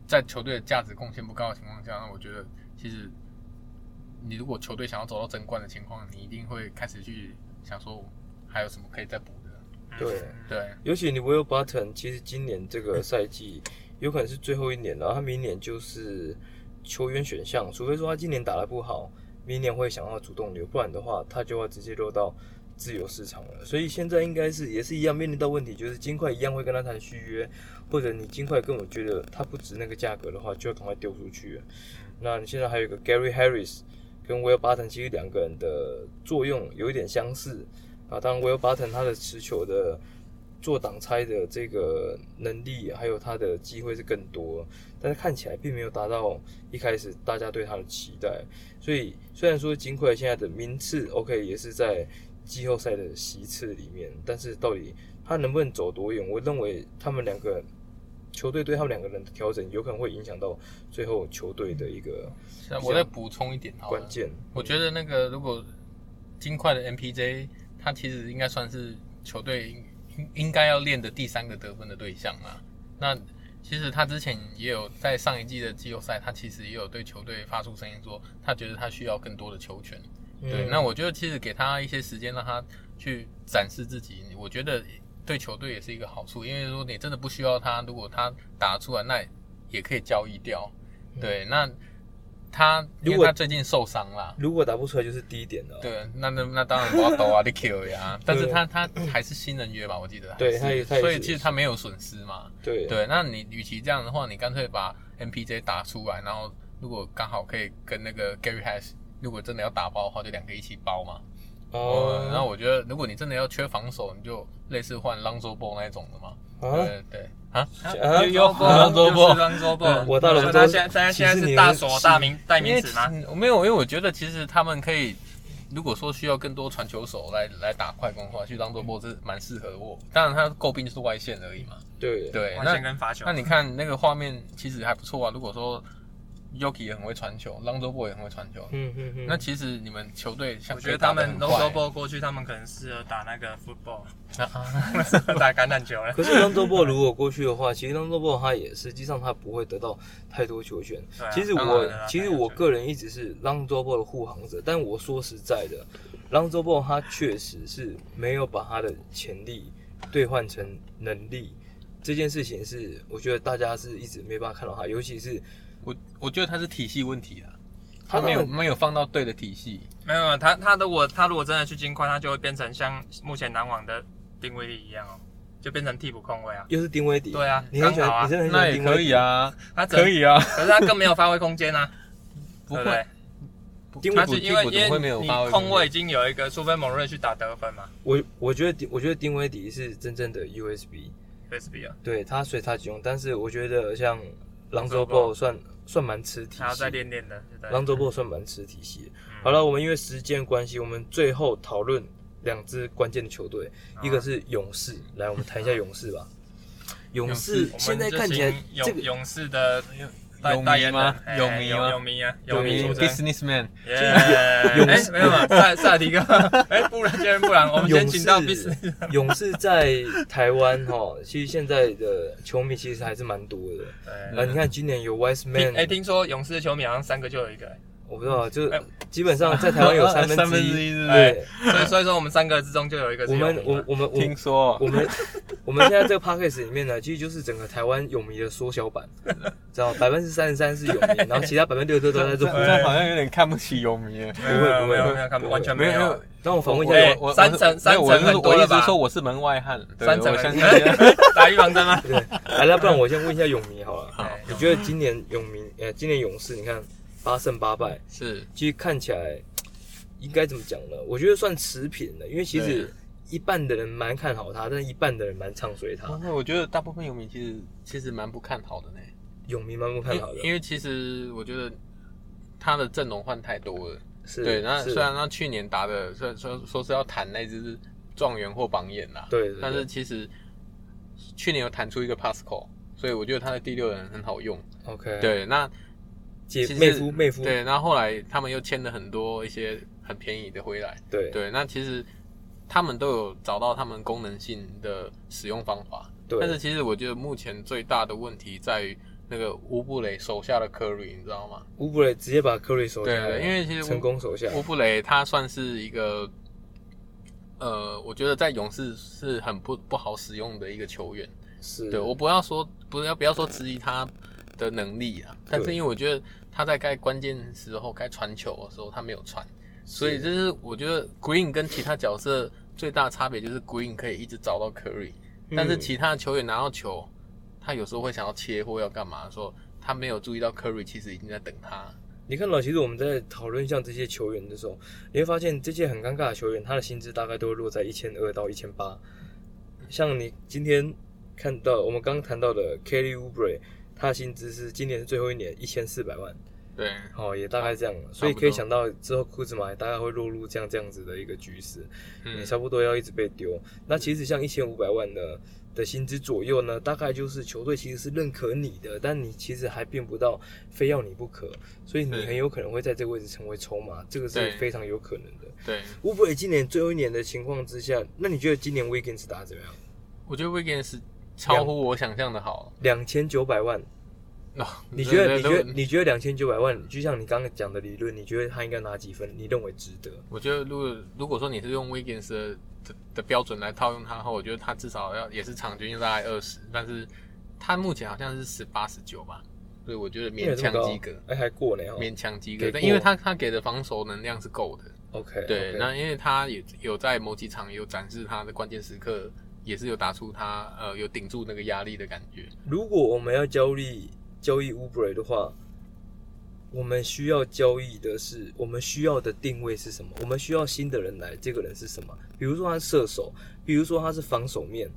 S1: 在球队的价值贡献不高的情况下，那我觉得其实你如果球队想要走到争冠的情况，你一定会开始去想说还有什么可以再补的。
S2: 对
S3: 嗯
S2: 啊
S1: 对，
S2: 尤其你 Will Barton 其实今年这个赛季有可能是最后一年了，他明年就是球员选项，除非说他今年打得不好，明年会想要主动留，不然的话他就要直接落到自由市场了。所以现在应该是也是一样面临到问题，就是金块一样会跟他谈续约，或者你金块跟我觉得他不值那个价格的话，就要赶快丢出去了。那你现在还有一个 Gary Harris 跟 Will Barton，其实两个人的作用有一点相似啊。当然 Will Barton 他的持球的做挡拆的这个能力，还有他的机会是更多，但是看起来并没有达到一开始大家对他的期待。所以虽然说金块现在的名次 OK 也是在季后赛的席次里面，但是到底他能不能走多远，我认为他们两个球队对他们两个人的调整，有可能会影响到最后球队的一个
S1: 那啊我再补充一点好了
S2: 关。键。
S1: 我觉得那个如果金块的 MPJ，他其实应该算是球队应应应该要练的第三个得分的对象啦。那其实他之前也有在上一季的季后赛，他其实也有对球队发出声音说，他觉得他需要更多的球权。对，
S2: 嗯
S1: 那我觉得其实给他一些时间，让他去展示自己，我觉得对球队也是一个好处，因为说你真的不需要他，如果他打出来，那也可以交易掉。对，那他因
S2: 如
S1: 为
S2: 果
S1: 他最近受伤啦，
S2: 如果打不出来就是低点哦了。
S1: 对，那那那当然我要抖啊，你 Q 呀，但是
S2: 对
S1: 他他还是新人约吧，我记得还
S2: 对
S1: 是
S2: 他也他也
S1: 所以
S2: 是
S1: 其实他没有损失嘛。
S2: 对
S1: 对，那你与其这样的话，你干脆把 MPJ 打出来，然后如果刚好可以跟那个 Gary Hash，如果真的要打包的话，就两个一起包嘛。哦，那我觉得如果你真的要缺防守，你就类似换 l o n z o Ball 那种的嘛。
S2: 啊，
S1: 对对啊，
S2: 啊
S3: 悠悠波，
S1: 龙舟波
S3: 就是龙舟波
S2: 我大龙舟
S3: 所以他现在他现在
S2: 其实你
S3: 是
S2: 们
S3: 大锁大名代
S1: 因
S3: 名
S1: 为
S3: 词吗？
S1: 其没有，因为我觉得其实他们可以，如果说需要更多传球手来来打快攻的话，去 l o n z o Ball 是蛮适合我。当然，他诟病就是外线而已嘛。
S2: 对
S1: 对，
S3: 外
S1: 那
S3: 线跟罚球
S1: 那，你看那个画面其实还不错啊。如果说 Yoki 也很会传球 l o n z o Ball 也很会传球，
S2: 嗯嗯嗯，
S1: 那其实你们球队像
S3: 我觉得他们龙
S1: 波
S3: 舟波过去，他们可能适合打那个 football，适
S1: 啊
S3: 合打橄榄球了。
S2: 可是 l o n d o b 如果过去的话，其实 l o n d o b 他也实际上他不会得到太多球权。
S3: 对啊
S2: 其实
S3: 当
S2: 我
S3: 然了
S2: 其实我个人一直是 l o n d o b 的护航者，但我说实在的 l o n d o b 他确实是没有把他的潜力兑换成能力。这件事情是，我觉得大家是一直没办法看到他，尤其是
S1: 我我觉得他是体系问题啊，
S2: 他
S1: 他没有
S2: 们
S1: 没有放到对的体系。
S3: 没有没有他他如果他如果真的去金块，他就会变成像目前篮网的定位力一样哦，就变成替补控卫啊。
S2: 又是丁威迪，
S3: 对啊
S2: 你很喜
S3: 刚好
S2: 欢，
S3: 啊
S2: 你真的很喜
S1: 那
S2: 欢
S1: 也
S2: 丁威
S1: 可
S2: 迪
S1: 以，啊，
S3: 他整
S1: 可，以啊，
S3: 可是他更没有发挥空间啊，
S1: 不
S3: 对不
S1: 会
S3: 对？
S1: 丁
S3: 他
S1: 威
S3: 是
S1: 迪
S3: 因为
S1: 怎么
S3: 因
S1: 会
S3: 为
S1: 没有
S3: 你
S1: 发挥空
S3: 控
S1: 间
S3: 卫已经有一个，除非某瑞去打得分嘛
S2: 我我觉得丁我觉得丁威迪是真正的 USB，
S3: ，USB 啊，
S2: 对他随他即用，但是我觉得像狼州
S3: Lonzo
S2: ball 算算蛮吃体
S3: 还要再
S2: 系，
S3: 练练的，对不对
S2: 狼州 ball 算蛮吃体系。
S3: 嗯
S2: 好了，我们因为时间关系，我们最后讨论两支关键的球队，
S3: 哦
S2: 一
S3: 啊
S2: 个是勇士，来我们谈一下勇士 吧。勇士
S3: 我们
S2: 现在
S3: 就
S2: 看起来
S3: 请
S2: 这
S3: 勇
S2: 个
S3: 勇士的代
S1: 泳
S3: 代
S1: 迷
S3: 言人
S1: 吗？
S3: 哎
S1: 泳迷
S3: 泳
S1: 吗？
S3: 迷啊，
S1: 有
S3: 泳迷出身。
S1: businessman，
S3: 耶！
S2: 泳
S3: 哎，没有 没有，赛赛迪哥，哎，不然既然不然，我们先
S2: 勇
S3: 请到 b u
S2: 士 勇士在台湾哈，其实现在的球迷其实还是蛮多的。
S3: 对，
S2: 呃，你看今年有 Wise
S3: 听
S2: Man，
S3: 哎，听说勇士的球迷好像三个就有一个，哎
S2: 我不知道，就
S3: 哎
S2: 基本上在台湾 有三
S1: 呃
S2: 分
S1: 三
S2: 之
S1: 分之
S2: 一。
S1: 一
S2: 哎
S1: 哎是不是，
S2: 对，
S3: 所 以所以说我们三个之中就有一个是
S2: 我们
S3: 泳迷
S2: 我
S3: 嘛
S2: 我们我
S1: 听说
S2: 我们 我们现在这个 podcast 里面呢，其实就是整个台湾泳迷的缩 小版，知道百分之三十三是泳迷，然后其他百分之六十都在做
S1: 这。样好像有点看不起游迷耶。
S3: 没有没
S2: 不
S3: 有
S2: 会不会
S3: 没有没有，他们完全没有。
S2: 让我访问一
S1: 我
S2: 下
S3: 哎
S2: 泳，
S1: 我我
S3: 三层
S1: 没有我是
S3: 三层很多了吧
S1: 我一直说我是门外汉，对
S3: 三层
S1: 我相信。
S3: 打预防针吗？
S2: 对，来了，不然我先问一下泳迷好了。
S3: 哎
S2: 你觉得今年泳迷，呃，今年勇士，你看八胜八败，
S1: 是
S2: 其实看起来应该怎么讲呢？我觉得算持平的，因为其实
S1: 对
S2: 一半的人蛮看好他，但一半的人蛮唱衰他。
S1: 我觉得大部分游迷其实其实蛮不看好的呢，
S2: 泳迷蛮不看好的
S1: 因，因为其实我觉得他的阵容换太多了。
S2: 是
S1: 对，那
S2: 是
S1: 虽然他去年打的，虽然说说是要谈那只状元或榜眼啦，
S2: 对，对
S1: 但
S2: 对
S1: 是其实去年有弹出一个 Pascal，所以我觉得他的第六人很好用。
S2: OK，，
S1: 对，那
S2: 姐
S1: 其实
S2: 妹夫妹夫，
S1: 对，那后来他们又签了很多一些很便宜的回来。
S2: 对
S1: 对，那其实他们都有找到他们功能性的使用方法，
S2: 对
S1: 但是其实我觉得目前最大的问题在于那个乌布雷手下的 Curry，你知道吗？
S2: 乌布雷直接把科瑞手下
S1: 对
S2: 来，
S1: 对，因为其实乌
S2: 成功手下，
S1: 乌布雷他算是一个，呃，我觉得在勇士是很不不好使用的一个球员。
S2: 是
S1: 对我不要说不要不要说质疑他的能力啊，但是
S2: 对
S1: 因为我觉得他在该关键时候该传球的时候他没有传，所以这是我觉得 Green 跟其他角色最大的差别就是 Green 可以一直找到 Curry，、但
S2: 嗯
S1: 是其他的球员拿到球，他有时候会想要切或要干嘛的时候，他没有注意到 Curry 其实已经在等他。
S2: 你看到，其实我们在讨论像这些球员的时候，你会发现这些很尴尬的球员，他的薪资大概都会落在一千二到一千八像你今天看到我们刚刚谈到的 Kelly Oubre，他的薪资是今年最后一年一千四百万，
S1: 对，
S2: 哦，也大概这样了，所以可以想到之后库兹马也大概会落入这样这样子的一个局势，也
S1: 嗯，
S2: 差不多要一直被丢。那其实像一千五百万的的薪资左右呢，大概就是球队其实是认可你的，但你其实还并不到非要你不可，所以你
S1: 对
S2: 很有可能会在这个位置成为筹码，这个是
S1: 对
S2: 非常有可能的。
S1: 对，
S2: 乌布今年最后一年的情况之下，那你觉得今年 Wiggins 打得怎么样？
S1: 我觉得 Wiggins 超乎我想象的好。
S2: 两千九百万，
S1: 哦
S2: 你觉得？
S1: 对
S2: 你觉得？
S1: 对
S2: 你觉得两千九百万，就像你刚刚讲的理论，你觉得他应该拿几分？你认为值得？
S1: 我觉得如果如果说你是用 Wiggins 的的的标准来套用他的话，我觉得他至少要也是场均大概二十，但是他目前好像是十八十九吧，所以我觉得勉强及格，
S2: 哎，还过呢哈。
S1: 勉强及
S2: 给
S1: 格。
S2: 过
S1: 但因为他他给的防守能量是够的，
S2: OK，
S1: 对。
S2: OK
S1: 那因为他也有在某几场也有展示他的关键时刻，也是有打出他呃有顶住那个压力的感觉。
S2: 如果我们要交易交易 Uber 的话，我们需要交易的是我们需要的定位是什么？我们需要新的人来，这个人是什么？比如说他是射手，比如说他是防守面，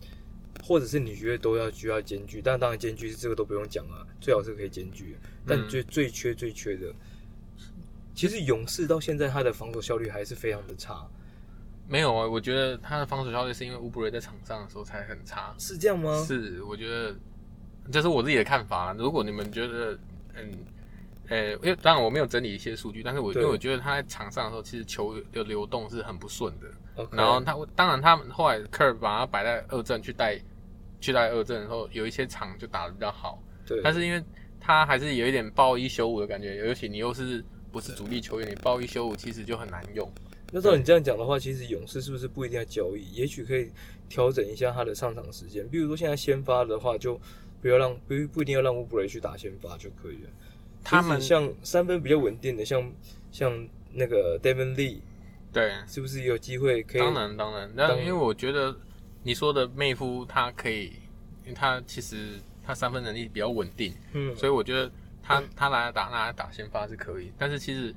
S2: 或者是你觉得都要需要兼具，但当然兼具是这个都不用讲啊，最好是可以兼具。但
S1: 嗯
S2: 最最缺最缺的，其实勇士到现在他的防守效率还是非常的差，
S1: 没有啊，我觉得他的防守效率是因为乌布雷在场上的时候才很差。
S2: 是这样吗？
S1: 是，我觉得这是我自己的看法啦。如果你们觉得，嗯，呃，因为当然我没有整理一些数据，但是我因
S2: 对
S1: 为我觉得他在场上的时候，其实球的流动是很不顺的。
S2: OK，
S1: 然后他当然他们后来科尔把他摆在二阵去带，去带二阵的时候，有一些场就打得比较好，
S2: 对，
S1: 但是因为他还是有一点报一休五的感觉，尤其你又是不是主力球员，你报一休五其实就很难用。
S2: 那照你这样讲的话，其实勇士是不是不一定要交易？也许可以调整一下他的上场时间，比如说现在先发的话，就不要让不不一定要让乌布雷去打先发就可以了。
S1: 他们
S2: 其实像三分比较稳定的，像像那个 Devin Lee，
S1: 对，
S2: 是不是也有机会可以？
S1: 当然，当然，
S2: 当
S1: 那
S2: 然
S1: 因为我觉得你说的妹夫他可以，因为他其实他三分能力比较稳定，
S2: 嗯，
S1: 所以我觉得他他拿来打拿来打先发是可以。但是其实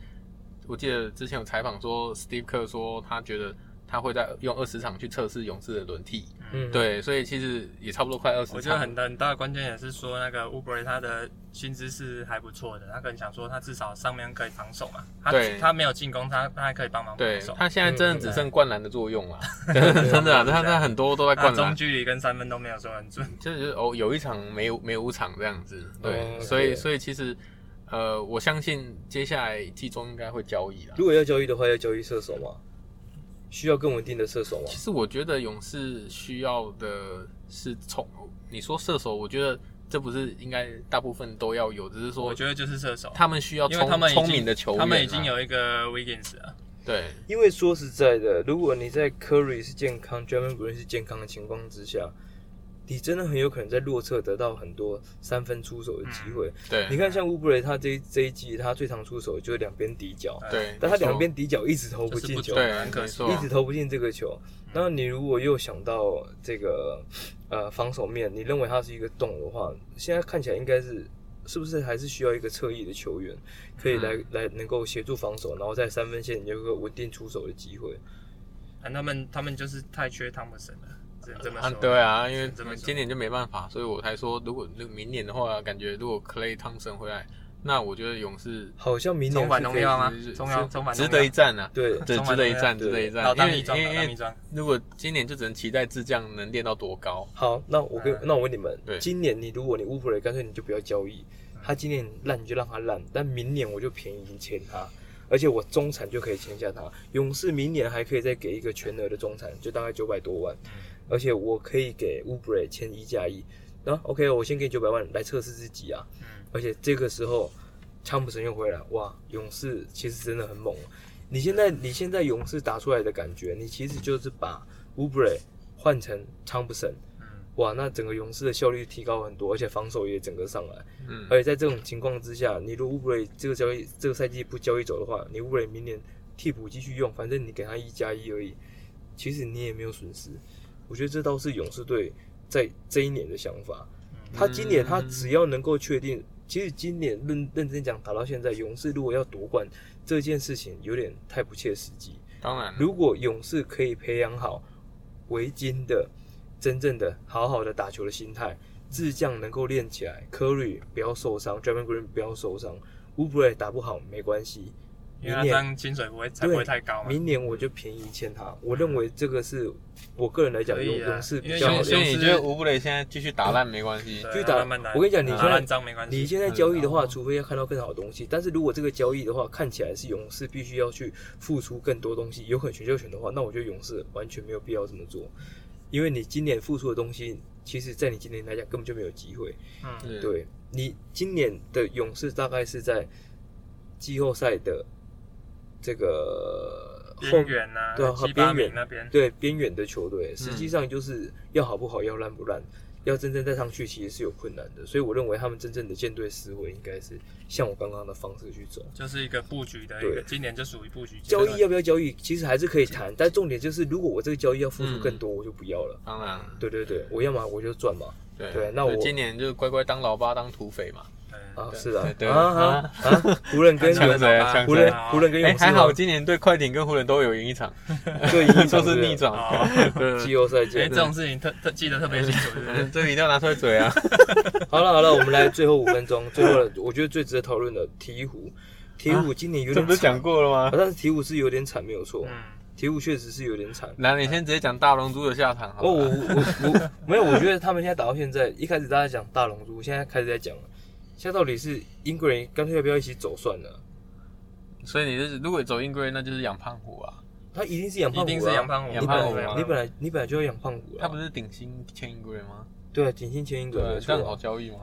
S1: 我记得之前有采访说，Steve Kerr 说他觉得他会在用二十场去测试勇士的轮替，
S2: 嗯，
S1: 对，所以其实也差不多快二十场。
S3: 我觉得很大很大的关键也是说，那个 Uber 他的薪资是还不错的，他可能想说他至少上面可以防守嘛，他
S1: 对
S3: 他没有进攻，他他还可以帮忙
S1: 对
S3: 防守，
S1: 他现在真的只剩灌篮的作用了，
S3: 嗯
S1: 真的 真的啊，他他很多都在
S3: 他
S1: 灌
S3: 啊中
S1: 篮，
S3: 距离跟三分都没有说很准。
S1: 就是哦，有一场没有没有五场这样子，对，
S2: 哦
S1: 所以
S2: 对
S1: 所以其实呃，我相信接下来季中应该会交易啦。
S2: 如果要交易的话，要交易射手吗？需要更稳定的射手吗
S1: 其？实我觉得勇士需要的是从你说射手，我觉得这不是应该大部分都要有，只是
S3: 我
S1: 说
S3: 觉得就是射手，
S1: 他们需要
S3: 因为他
S1: 聪
S3: 们已经
S1: 聪明的球员啊，
S3: 他们已经有一个 Wiggins 了，
S1: 对
S2: 因为说实在的，如果你在 Curry 是健康 d r a m o n Green 是健康的情况之下，你真的很有可能在弱侧得到很多三分出手的机会。
S1: 嗯对
S2: 你看，像乌布雷他这一这一季他最常出手就是两边底角，
S1: 对，
S2: 但
S1: 嗯没
S2: 他
S1: 错
S2: 两边底角一直投不
S3: 哎就是
S2: 进
S3: 不
S2: 球，
S1: 对，
S3: 很可
S1: 没
S3: 惜
S1: 错
S2: 一直投不进这个球。
S3: 嗯
S2: 然后你如果又想到这个呃防守面，你认为他是一个洞的话，现在看起来应该是是不是还是需要一个侧翼的球员，可以
S3: 嗯
S2: 来、来能够协助防守，然后在三分线有一个稳定出手的机会。
S3: 反正啊他们他们就是太缺汤普森了，只能这么
S1: 啊
S3: 说。，
S1: 对啊，因为
S3: 这么说
S1: 今年就没办法，所以我才说，如果如果明年的话，感觉如果 Clay Thompson 回来，那我觉得勇士
S2: 好像明年
S3: 重返
S2: 是
S3: 荣
S2: 可以
S3: 耀吗
S1: 是？
S3: 重要重返
S1: 值
S3: 荣
S1: 得
S3: 耀
S1: 一。战啊，
S2: 对，
S1: 对，
S3: 充
S1: 值
S3: 满
S1: 得一
S3: 能量
S1: 战，值得一战。因
S3: 老当
S1: 为
S3: 益壮，
S1: 因
S3: 老
S1: 为
S3: 当
S1: 因
S3: 益
S1: 为
S3: 壮。
S1: 如果今年就只能期待智将能练到多高，
S2: 好，那我跟、
S3: 嗯
S2: 那我问你们，
S1: 对
S2: 今年你如果你乌普雷，干脆你就不要交易，他今年烂你就让他烂，但明年我就便宜签他，而且我中产就可以签下他。勇士明年还可以再给一个全额的中产，就大概九百多万，而且我可以给乌普雷签一加一。然后 OK，我先给九百万来测试自己啊，
S3: 嗯
S2: 而且这个时候汤普森又回来，哇，勇士其实真的很猛。啊你现在你现在勇士打出来的感觉，你其实就是把乌布雷换成汤普森，
S3: 嗯，
S2: 哇，那整个勇士的效率提高很多，而且防守也整个上来。
S1: 嗯，
S2: 而且在这种情况之下，你如果乌布雷这个交易这个赛季不交易走的话，你乌布雷明年替补继续用，反正你给他一加一而已，其实你也没有损失。我觉得这倒是勇士队在这一年的想法。
S3: 嗯
S2: 他今年他只要能够确定，其实今年认认真讲打到现在，勇士如果要夺冠这件事情有点太不切实际。
S1: 当然，
S2: 如果勇士可以培养好维金的真正的好好的打球的心态，智将能够练起来，Curry 不要受伤 d r a m o n Green 不要受伤 u b r e 打不好没关系，
S3: 因为他这样薪水不会才不会太高嘛。
S2: 明年我就便宜签他。我认为这个是我个人来讲
S3: 可
S2: 勇
S3: 以啊
S2: 勇士比
S3: 因为
S2: 较
S1: 所
S2: 好
S1: 以，
S2: 的
S1: 所
S2: 用
S1: 以
S2: 法。
S1: 你觉得吴布雷现在继续打烂没关系？
S3: 对啊
S2: 就打
S3: 慢慢来
S2: 我跟你讲你
S3: 打
S2: 现在
S3: 烂章没关系。
S2: 你现在交易的话，除非要看到更好的东西，但是如果这个交易的话，看起来是勇士必须要去付出更多东西，有可能选秀权的话，那我觉得勇士完全没有必要这么做，因为你今年付出的东西，其实在你今年来讲根本就没有机会。
S3: 嗯，
S1: 对，
S2: 对你今年的勇士大概是在季后赛的这个后
S3: 边缘呐，
S2: 对啊
S3: 七八
S2: 边
S3: 名
S2: 缘
S3: 那边，
S2: 对边缘的球队，实
S1: 嗯
S2: 际上就是要好不好，要烂不烂，要真正再上去其实是有困难的。所以我认为他们真正的舰队思维应该是像我刚刚的方式去走。
S3: 就是一个布局的
S2: 对
S3: 一个，今年就属于布局阶
S2: 交
S3: 段
S2: 易要不要交易，其实还是可以谈，但重点就是如果我这个交易要付出
S1: 嗯
S2: 更多，我就不要了。
S1: 当然，
S2: 对对对，我要么我就赚嘛。
S1: 对
S2: 对那
S1: 所以
S2: 我
S1: 今年就乖乖当老八当土匪嘛。
S3: 嗯，
S2: 啊，是啊
S1: 对，对
S2: 啊啊啊！湖人跟
S1: 抢
S2: 勇
S1: 着啊抢
S2: 湖
S1: 着
S2: 人
S1: 啊
S2: 湖人跟
S1: 哎，
S2: 勇士
S1: 还好
S2: 吗
S1: 今年对快艇跟湖人都有赢一场，
S2: 对赢一
S1: 都
S2: 场
S1: 是逆
S2: 不
S1: 转。
S3: 哦，
S1: 对
S2: 季后赛
S3: 哎，
S2: 见
S3: 这。种事情特特记得特别清 楚，是嗯不
S1: 对
S3: 是？
S1: 这个一定要拿出来嘴啊！
S2: 好了好了，我们来最后五分钟，最后的我觉得最值得讨论的鹈鹕，鹈鹕今年有
S1: 啊 这
S2: 点
S1: 不是
S2: 惨
S1: 讲过了
S2: 啊
S1: 吗？
S2: 但是鹈鹕是有点惨，没有错，
S3: 嗯，
S2: 鹈鹕确实是有点惨。
S1: 来，你先直接讲大龙珠的下场好
S2: 哦，我
S1: 了。
S2: 我我没有，我觉得他们现在打到现在，一开始大家讲大龙珠，现在开始在讲了，现在到底是英国人干脆要不要一起走算了？
S1: 所以你就是如果走英规，那就是养胖虎啊，
S2: 他一定是养
S3: 一
S2: 胖虎、啊，
S3: 定是杨胖虎，
S1: 养胖虎
S2: 你本来
S1: 啊
S2: 你本来你本来就要养胖虎了、啊
S1: 他不是顶薪签英规吗？
S2: 对啊，顶薪签英国
S1: 对
S2: 人
S1: 啊，
S2: 没
S1: 这
S2: 错
S1: 样好
S2: 啊，
S1: 交易吗？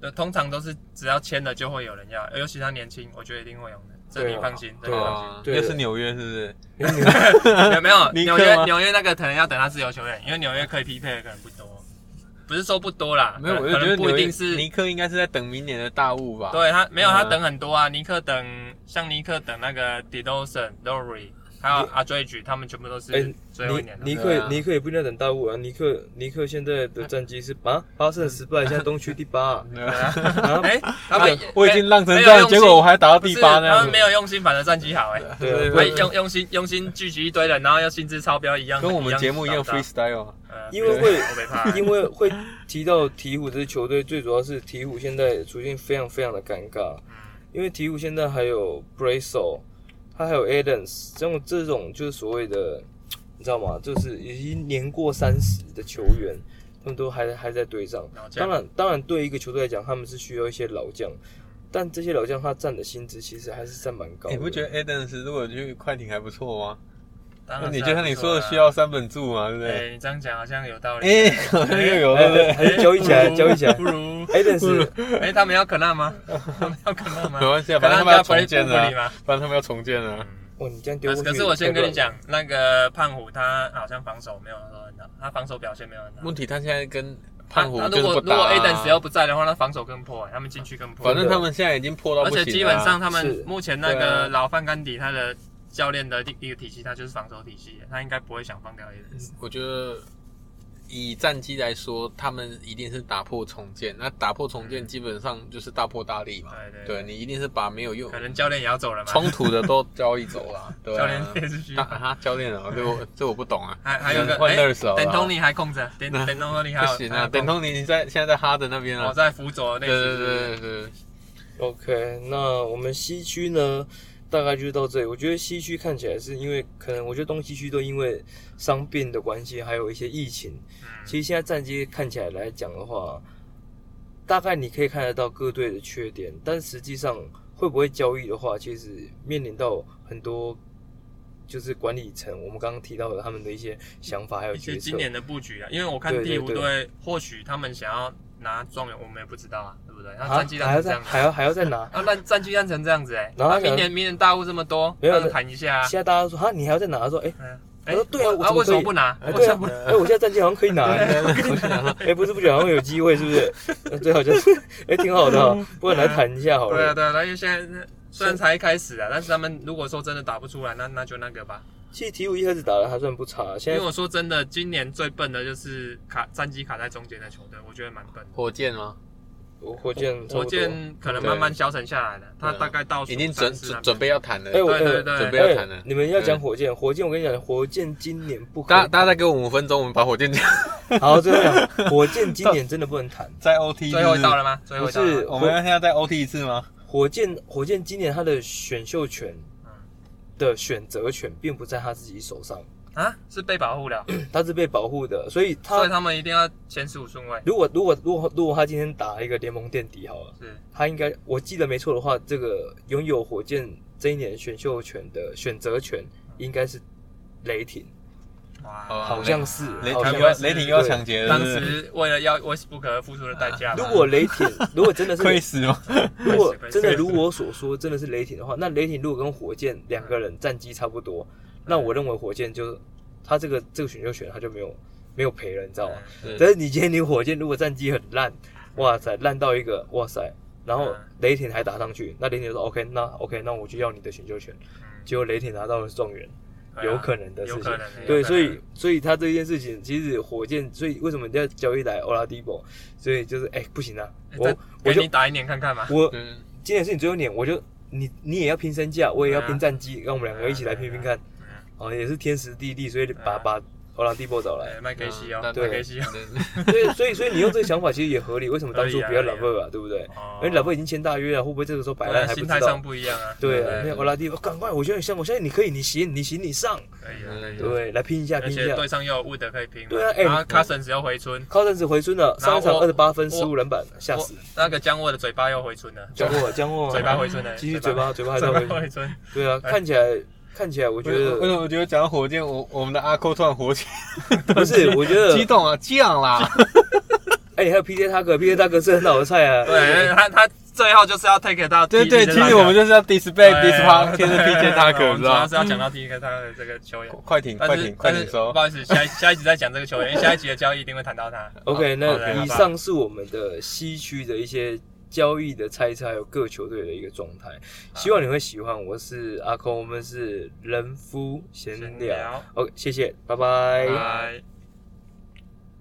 S3: 对，通常都是只要签了就会有人要，尤其他年轻，我觉得一定会有的，这
S2: 对啊
S3: 你放心，这
S2: 对
S3: 你
S2: 啊
S3: 放心。
S1: 啊
S2: 对
S1: 又是纽约是不是？
S2: 因为你 们
S3: 有没有
S1: 尼克
S3: 纽
S1: 吗
S3: 约？纽约那个可能要等他自由球员，因为纽约可以匹配的可能不多，不是说不多啦，
S1: 没有，
S3: 呃可
S1: 我
S3: 能
S1: 就
S3: 可
S1: 觉得
S3: 能不一
S1: 纽约
S3: 定是。
S1: 尼克应该是在等明年的大雾吧。
S3: 对他没有，
S1: 嗯啊
S3: 他等很多啊，尼克等像尼克等那个 d e d o s o n Lowry，还有
S2: 你
S3: a d r e g e 他们全部都
S2: 哎
S3: 是最后一年的。
S2: 尼尼
S1: 对
S2: 克
S1: 啊
S2: 尼克也不一定要等大雾啊，尼克尼克现在的战绩是啊八胜十败，现在东区第八啊、
S1: 对
S3: 对
S1: 啊。
S3: 啊
S2: 啊，
S3: 哎，他
S1: 我
S3: 们哎
S1: 已我已经浪成这样，结果我还打到第八那
S3: 不是他
S1: 样子
S3: 们没。有用心，反而战绩好哎。
S2: 对啊，
S3: 哎，用用心用心聚集一堆人，然后又薪资超标一样，
S1: 跟我们节目一样
S3: 样
S1: freestyle 啊。
S3: 呃
S2: 因为会
S3: 我 没怕。
S2: 因为会提到鹈鹕这支球队，最主要是鹈鹕现在处境非常非常的尴尬，
S3: 嗯
S2: 因为鹈鹕现在还有 Brasso，他还有 Adams，这种这种就是所谓的，你知道吗？就是已经年过三十的球员，他们都还还在队上。
S3: 老将
S2: 当然，当然对一个球队来讲，他们是需要一些老将，但这些老将他占的薪资其实还是占蛮高的。
S1: 你不觉得 Adams 如果去快艇还不错吗？
S3: 当
S1: 那
S3: 然
S1: 你
S3: 是啊
S1: 就
S3: 还
S1: 像
S3: 不
S1: 你
S3: 错
S1: 说的，
S3: 啦
S1: 需。要三本柱嘛，对不
S3: 哎、
S1: 对？
S3: 你这样讲好像有道理。
S1: 哎， 好像又有了，对不对
S2: 哎？还是交易起来，交易起来
S3: 不。如
S2: Adams
S3: 哎、他们要可纳吗？他们要可纳吗？
S1: 没关系啊，
S3: 可
S1: 反正
S3: 纳
S1: 他们要
S3: 加布
S1: 重
S3: 里
S1: 建了啊，
S3: 吗？
S1: 反正他们要重建了啊。
S2: 哇，你这样丢
S3: 可
S2: 过
S3: 是
S2: 去。
S3: 可是我先跟你
S2: 太乱了，
S3: 讲，那个胖虎他好像防守没有说很好，他防守表现没有很好
S1: 问。题他现在跟
S3: 他
S1: 胖虎
S3: 他
S1: 就
S3: 如
S1: 是
S3: 果
S1: 不
S3: 如果
S1: 打
S3: A 等只要
S1: 啊，
S3: 不在的话，那防守更破、哎他们禁区更破。
S1: 反正他们现在已经破到
S3: 而
S1: 不行了
S3: 且
S1: 啊。
S3: 基本上他们
S2: 是
S3: 目前那
S1: 对啊
S3: 个老范甘迪他的教练的第一个体系，他就是防守体系，他应该不会想放掉 A 等。
S1: 我觉得以战绩来说，他们一定是打破重建。那打破重建基本上就是大破大立嘛。
S3: 嗯对对
S1: 嗯对你一定是把没有用、
S3: 可能教练也要走了嘛？
S1: 冲突的都交易走了。对、啊，
S3: 教练也是需
S1: 他
S3: 要。
S1: 他教练啊，这我这我不懂啊。
S3: 还还有一个
S1: 换
S3: 哎
S1: nurse
S2: 哦
S1: 好不好
S3: 等通尼还控制，等等通尼还
S1: 不
S3: 有
S1: 行
S3: 还
S1: 啊，
S3: 有
S1: 等通你在现在在哈登那边
S3: 我
S1: 啊。
S3: 在辅佐内
S1: 对
S3: 斯
S1: 对对对对，
S2: OK，那我们西区呢，大概就是到这里。我觉得西区看起来是因为可能，我觉得东西区都因为伤病的关系，还有一些疫情。
S3: 嗯
S2: 其实现在战绩看起来来讲的话，大概你可以看得到各队的缺点，但实际上会不会交易的话，其实面临到很多就是管理层我们刚刚提到的他们的一些想法还有
S3: 一
S2: 决
S3: 些
S2: 策。
S3: 今年的布局啊，因为我看
S2: 对对
S3: 第五
S2: 对
S3: 队或许他们想要拿状元，我们也不知道啊，对不对？他
S2: 啊
S3: 战绩
S2: 还要
S3: 烂成这
S2: 再
S3: 样子，
S2: 还要还要再拿。
S3: 啊，烂战绩烂成这样子哎，
S2: 然后
S3: 啊
S2: 他想
S3: 明年明年大雾这么多，
S2: 没有
S3: 让他谈一下 啊，
S2: 现在大家都说啊，你还要再拿？说哎、
S3: 嗯，
S2: 我说对啊我
S3: 啊
S2: 怎么
S3: 为什么
S2: 可以
S3: 不拿？
S2: 哎，
S3: 我
S2: 对
S3: 想
S2: 啊
S3: 不，
S2: 哎，我现在战绩好像可以拿，哎， 哎不知不觉好像有机会，是不是？呃最好就是，哎，挺好的
S1: 嗯
S2: 哦，不然来谈一下好
S3: 对啊
S2: 了。
S3: 对啊，那因为现在虽然才开始啊，但是他们如果说真的打不出来，那那就那个吧。
S2: 其实鹈鹕一开始打的还算不差，啊
S3: 因
S2: 现
S3: 为
S2: 在
S3: 我说真的，今年最笨的就是卡战绩卡在中间的球队，我觉得蛮笨的。
S1: 火箭吗？
S2: 我火箭差不多啊
S3: 火箭可能慢慢消沉下来了，他大概到
S1: 已经准准准备要谈了。
S2: 哎我
S3: 对对
S1: 准备
S3: 对，
S1: 要谈了
S2: 哎你们要讲火箭，火箭我跟你讲，火箭今年不可以
S1: 大家大家再给我五分钟，我们把火箭讲。
S2: 好，最后讲火箭今年真的不能谈。
S1: 再 OT
S3: 最后一道了吗？最后
S2: 不
S3: 一道了吗
S2: 是
S1: 我们现在再 OT 一次吗？
S2: 火箭，火箭今年他的选秀权
S3: 嗯
S2: 的选择权并不在他自己手上，
S3: 啊，是被保护了，
S2: 他是被保护的，所以
S3: 所以
S2: 他
S3: 他们一定要前十五顺位。
S2: 如果如果如果如果他今天打一个联盟垫底好了，
S1: 嗯
S3: 是
S2: 他应该我记得没错的话，这个拥有火箭这一年选秀权的选择权应该是雷霆，
S1: 哦
S3: 哇，
S2: 好像是
S1: 雷
S2: 好
S1: 霆
S2: 像
S1: 又
S2: 是
S1: 要雷霆又要抢劫了，
S3: 当
S1: 是不是
S3: 时为了要威斯布鲁克而付出的代价嘛。
S2: 哦如果雷霆如果真 的是
S1: 亏死吗？
S2: 如果
S3: 没事没事
S2: 真的如我所说，真的是雷霆的话，那雷霆如果跟火箭两个人战绩差不多，那我认为火箭就他这个这个选秀权他就没有没有赔了，你知道吗？
S1: 是
S2: 但是你今天你火箭如果战绩很烂，哇塞，烂到一个哇塞，然后
S3: 嗯
S2: 雷霆还打上去，那雷霆就说 OK，那 OK，那我就要你的选秀权，
S3: 嗯
S2: 结果雷霆拿到了状元，
S3: 对啊
S2: 有可能的事
S3: 有
S2: 情
S3: 可能的有可
S2: 对，
S3: 能
S2: 所以所以他这件事情，其实火箭，所以为什么人家交易来欧拉迪波，所以就是哎、不行啊，
S3: 哎
S2: 我
S3: 再
S2: 我
S3: 给
S2: 就
S3: 你打一年看看嘛。
S2: 我
S1: 嗯，
S2: 今年是你最后一年，我就你你也要拼身
S3: 啊
S2: 价，我也要拼战绩，让我们两个一起来拼拼看。
S3: 嗯
S2: 哦，也是天时地利，所以把、
S3: 嗯
S2: 把欧拉迪波 找来。
S3: 哎，麦克西哦，
S1: 那
S3: 麦
S2: 对
S3: 克西哦。
S2: 所以所以所以你用这个想法其实也合理，为什么当初不要老贝啊，对不对？
S3: 哦
S2: 因为老贝已经签大约了，会不会这个时候摆
S3: 对
S2: 烂还不
S3: 心
S2: 知
S3: 态上
S2: 道？
S3: 不一样啊。
S2: 对
S1: 对
S2: 啊，那欧拉迪波，赶快！我觉得你像，我相信你可以，你行，你行，你上，
S3: 可以啊，可以啊。
S2: 对，来拼一下，
S3: 而
S2: 拼一
S3: 且
S2: 下。
S3: 对上又有 Wood 可以拼嘛，
S2: 对啊哎
S3: 然后 Cousins 又回春，
S2: 靠阵子回春了，上一场
S3: 然后
S2: 二
S3: 我
S2: 十八分，
S3: 我
S2: 十五篮板，吓
S3: 我
S2: 死！
S3: 那个姜沃的嘴巴又回春了，
S2: 江 沃，江沃，
S3: 嘴巴回春了，
S2: 继续嘴巴，嘴巴还在
S3: 嘴
S2: 回
S3: 巴回
S2: 春。
S3: 春，
S2: 对啊，看起来看起来， 我觉
S1: 为什
S2: 得
S1: 么我觉得讲到火箭，我我们的阿扣突然火起来，
S2: 不是，我觉得
S1: 激动啊，激昂啦！
S2: 哎，你还有 PJ 塔克，PJ 塔克是很好的菜啊。
S3: 对他他最后就是要 take it 到
S1: 对
S3: TJ
S1: 对，
S3: 这
S1: 其
S3: 个
S1: 实我们就是要 display
S3: 对啊
S1: dis 趴，贴着 PJ 他
S3: 对啊
S1: 可
S3: 我
S1: 知
S3: 们主
S1: 道
S3: 要是？要讲到 TJ 他的这个球员。
S1: 快艇，快
S3: 但
S1: 艇，
S3: 是
S1: 快
S3: 但
S1: 艇
S3: 是
S1: 说
S3: 不，好意思，下一下一集再讲这个球员，因为下一集的交易一定会谈 到他。
S2: OK，
S1: 好的
S2: 那
S3: 好
S2: 以
S3: 吧
S2: 上是我们的西区的一些交易的猜测，还有各球队的一个状态，希望你会喜欢。我是阿空，我们是人夫闲
S3: 闲
S2: 聊。
S3: 聊，
S2: OK，谢谢，拜拜。
S3: 拜。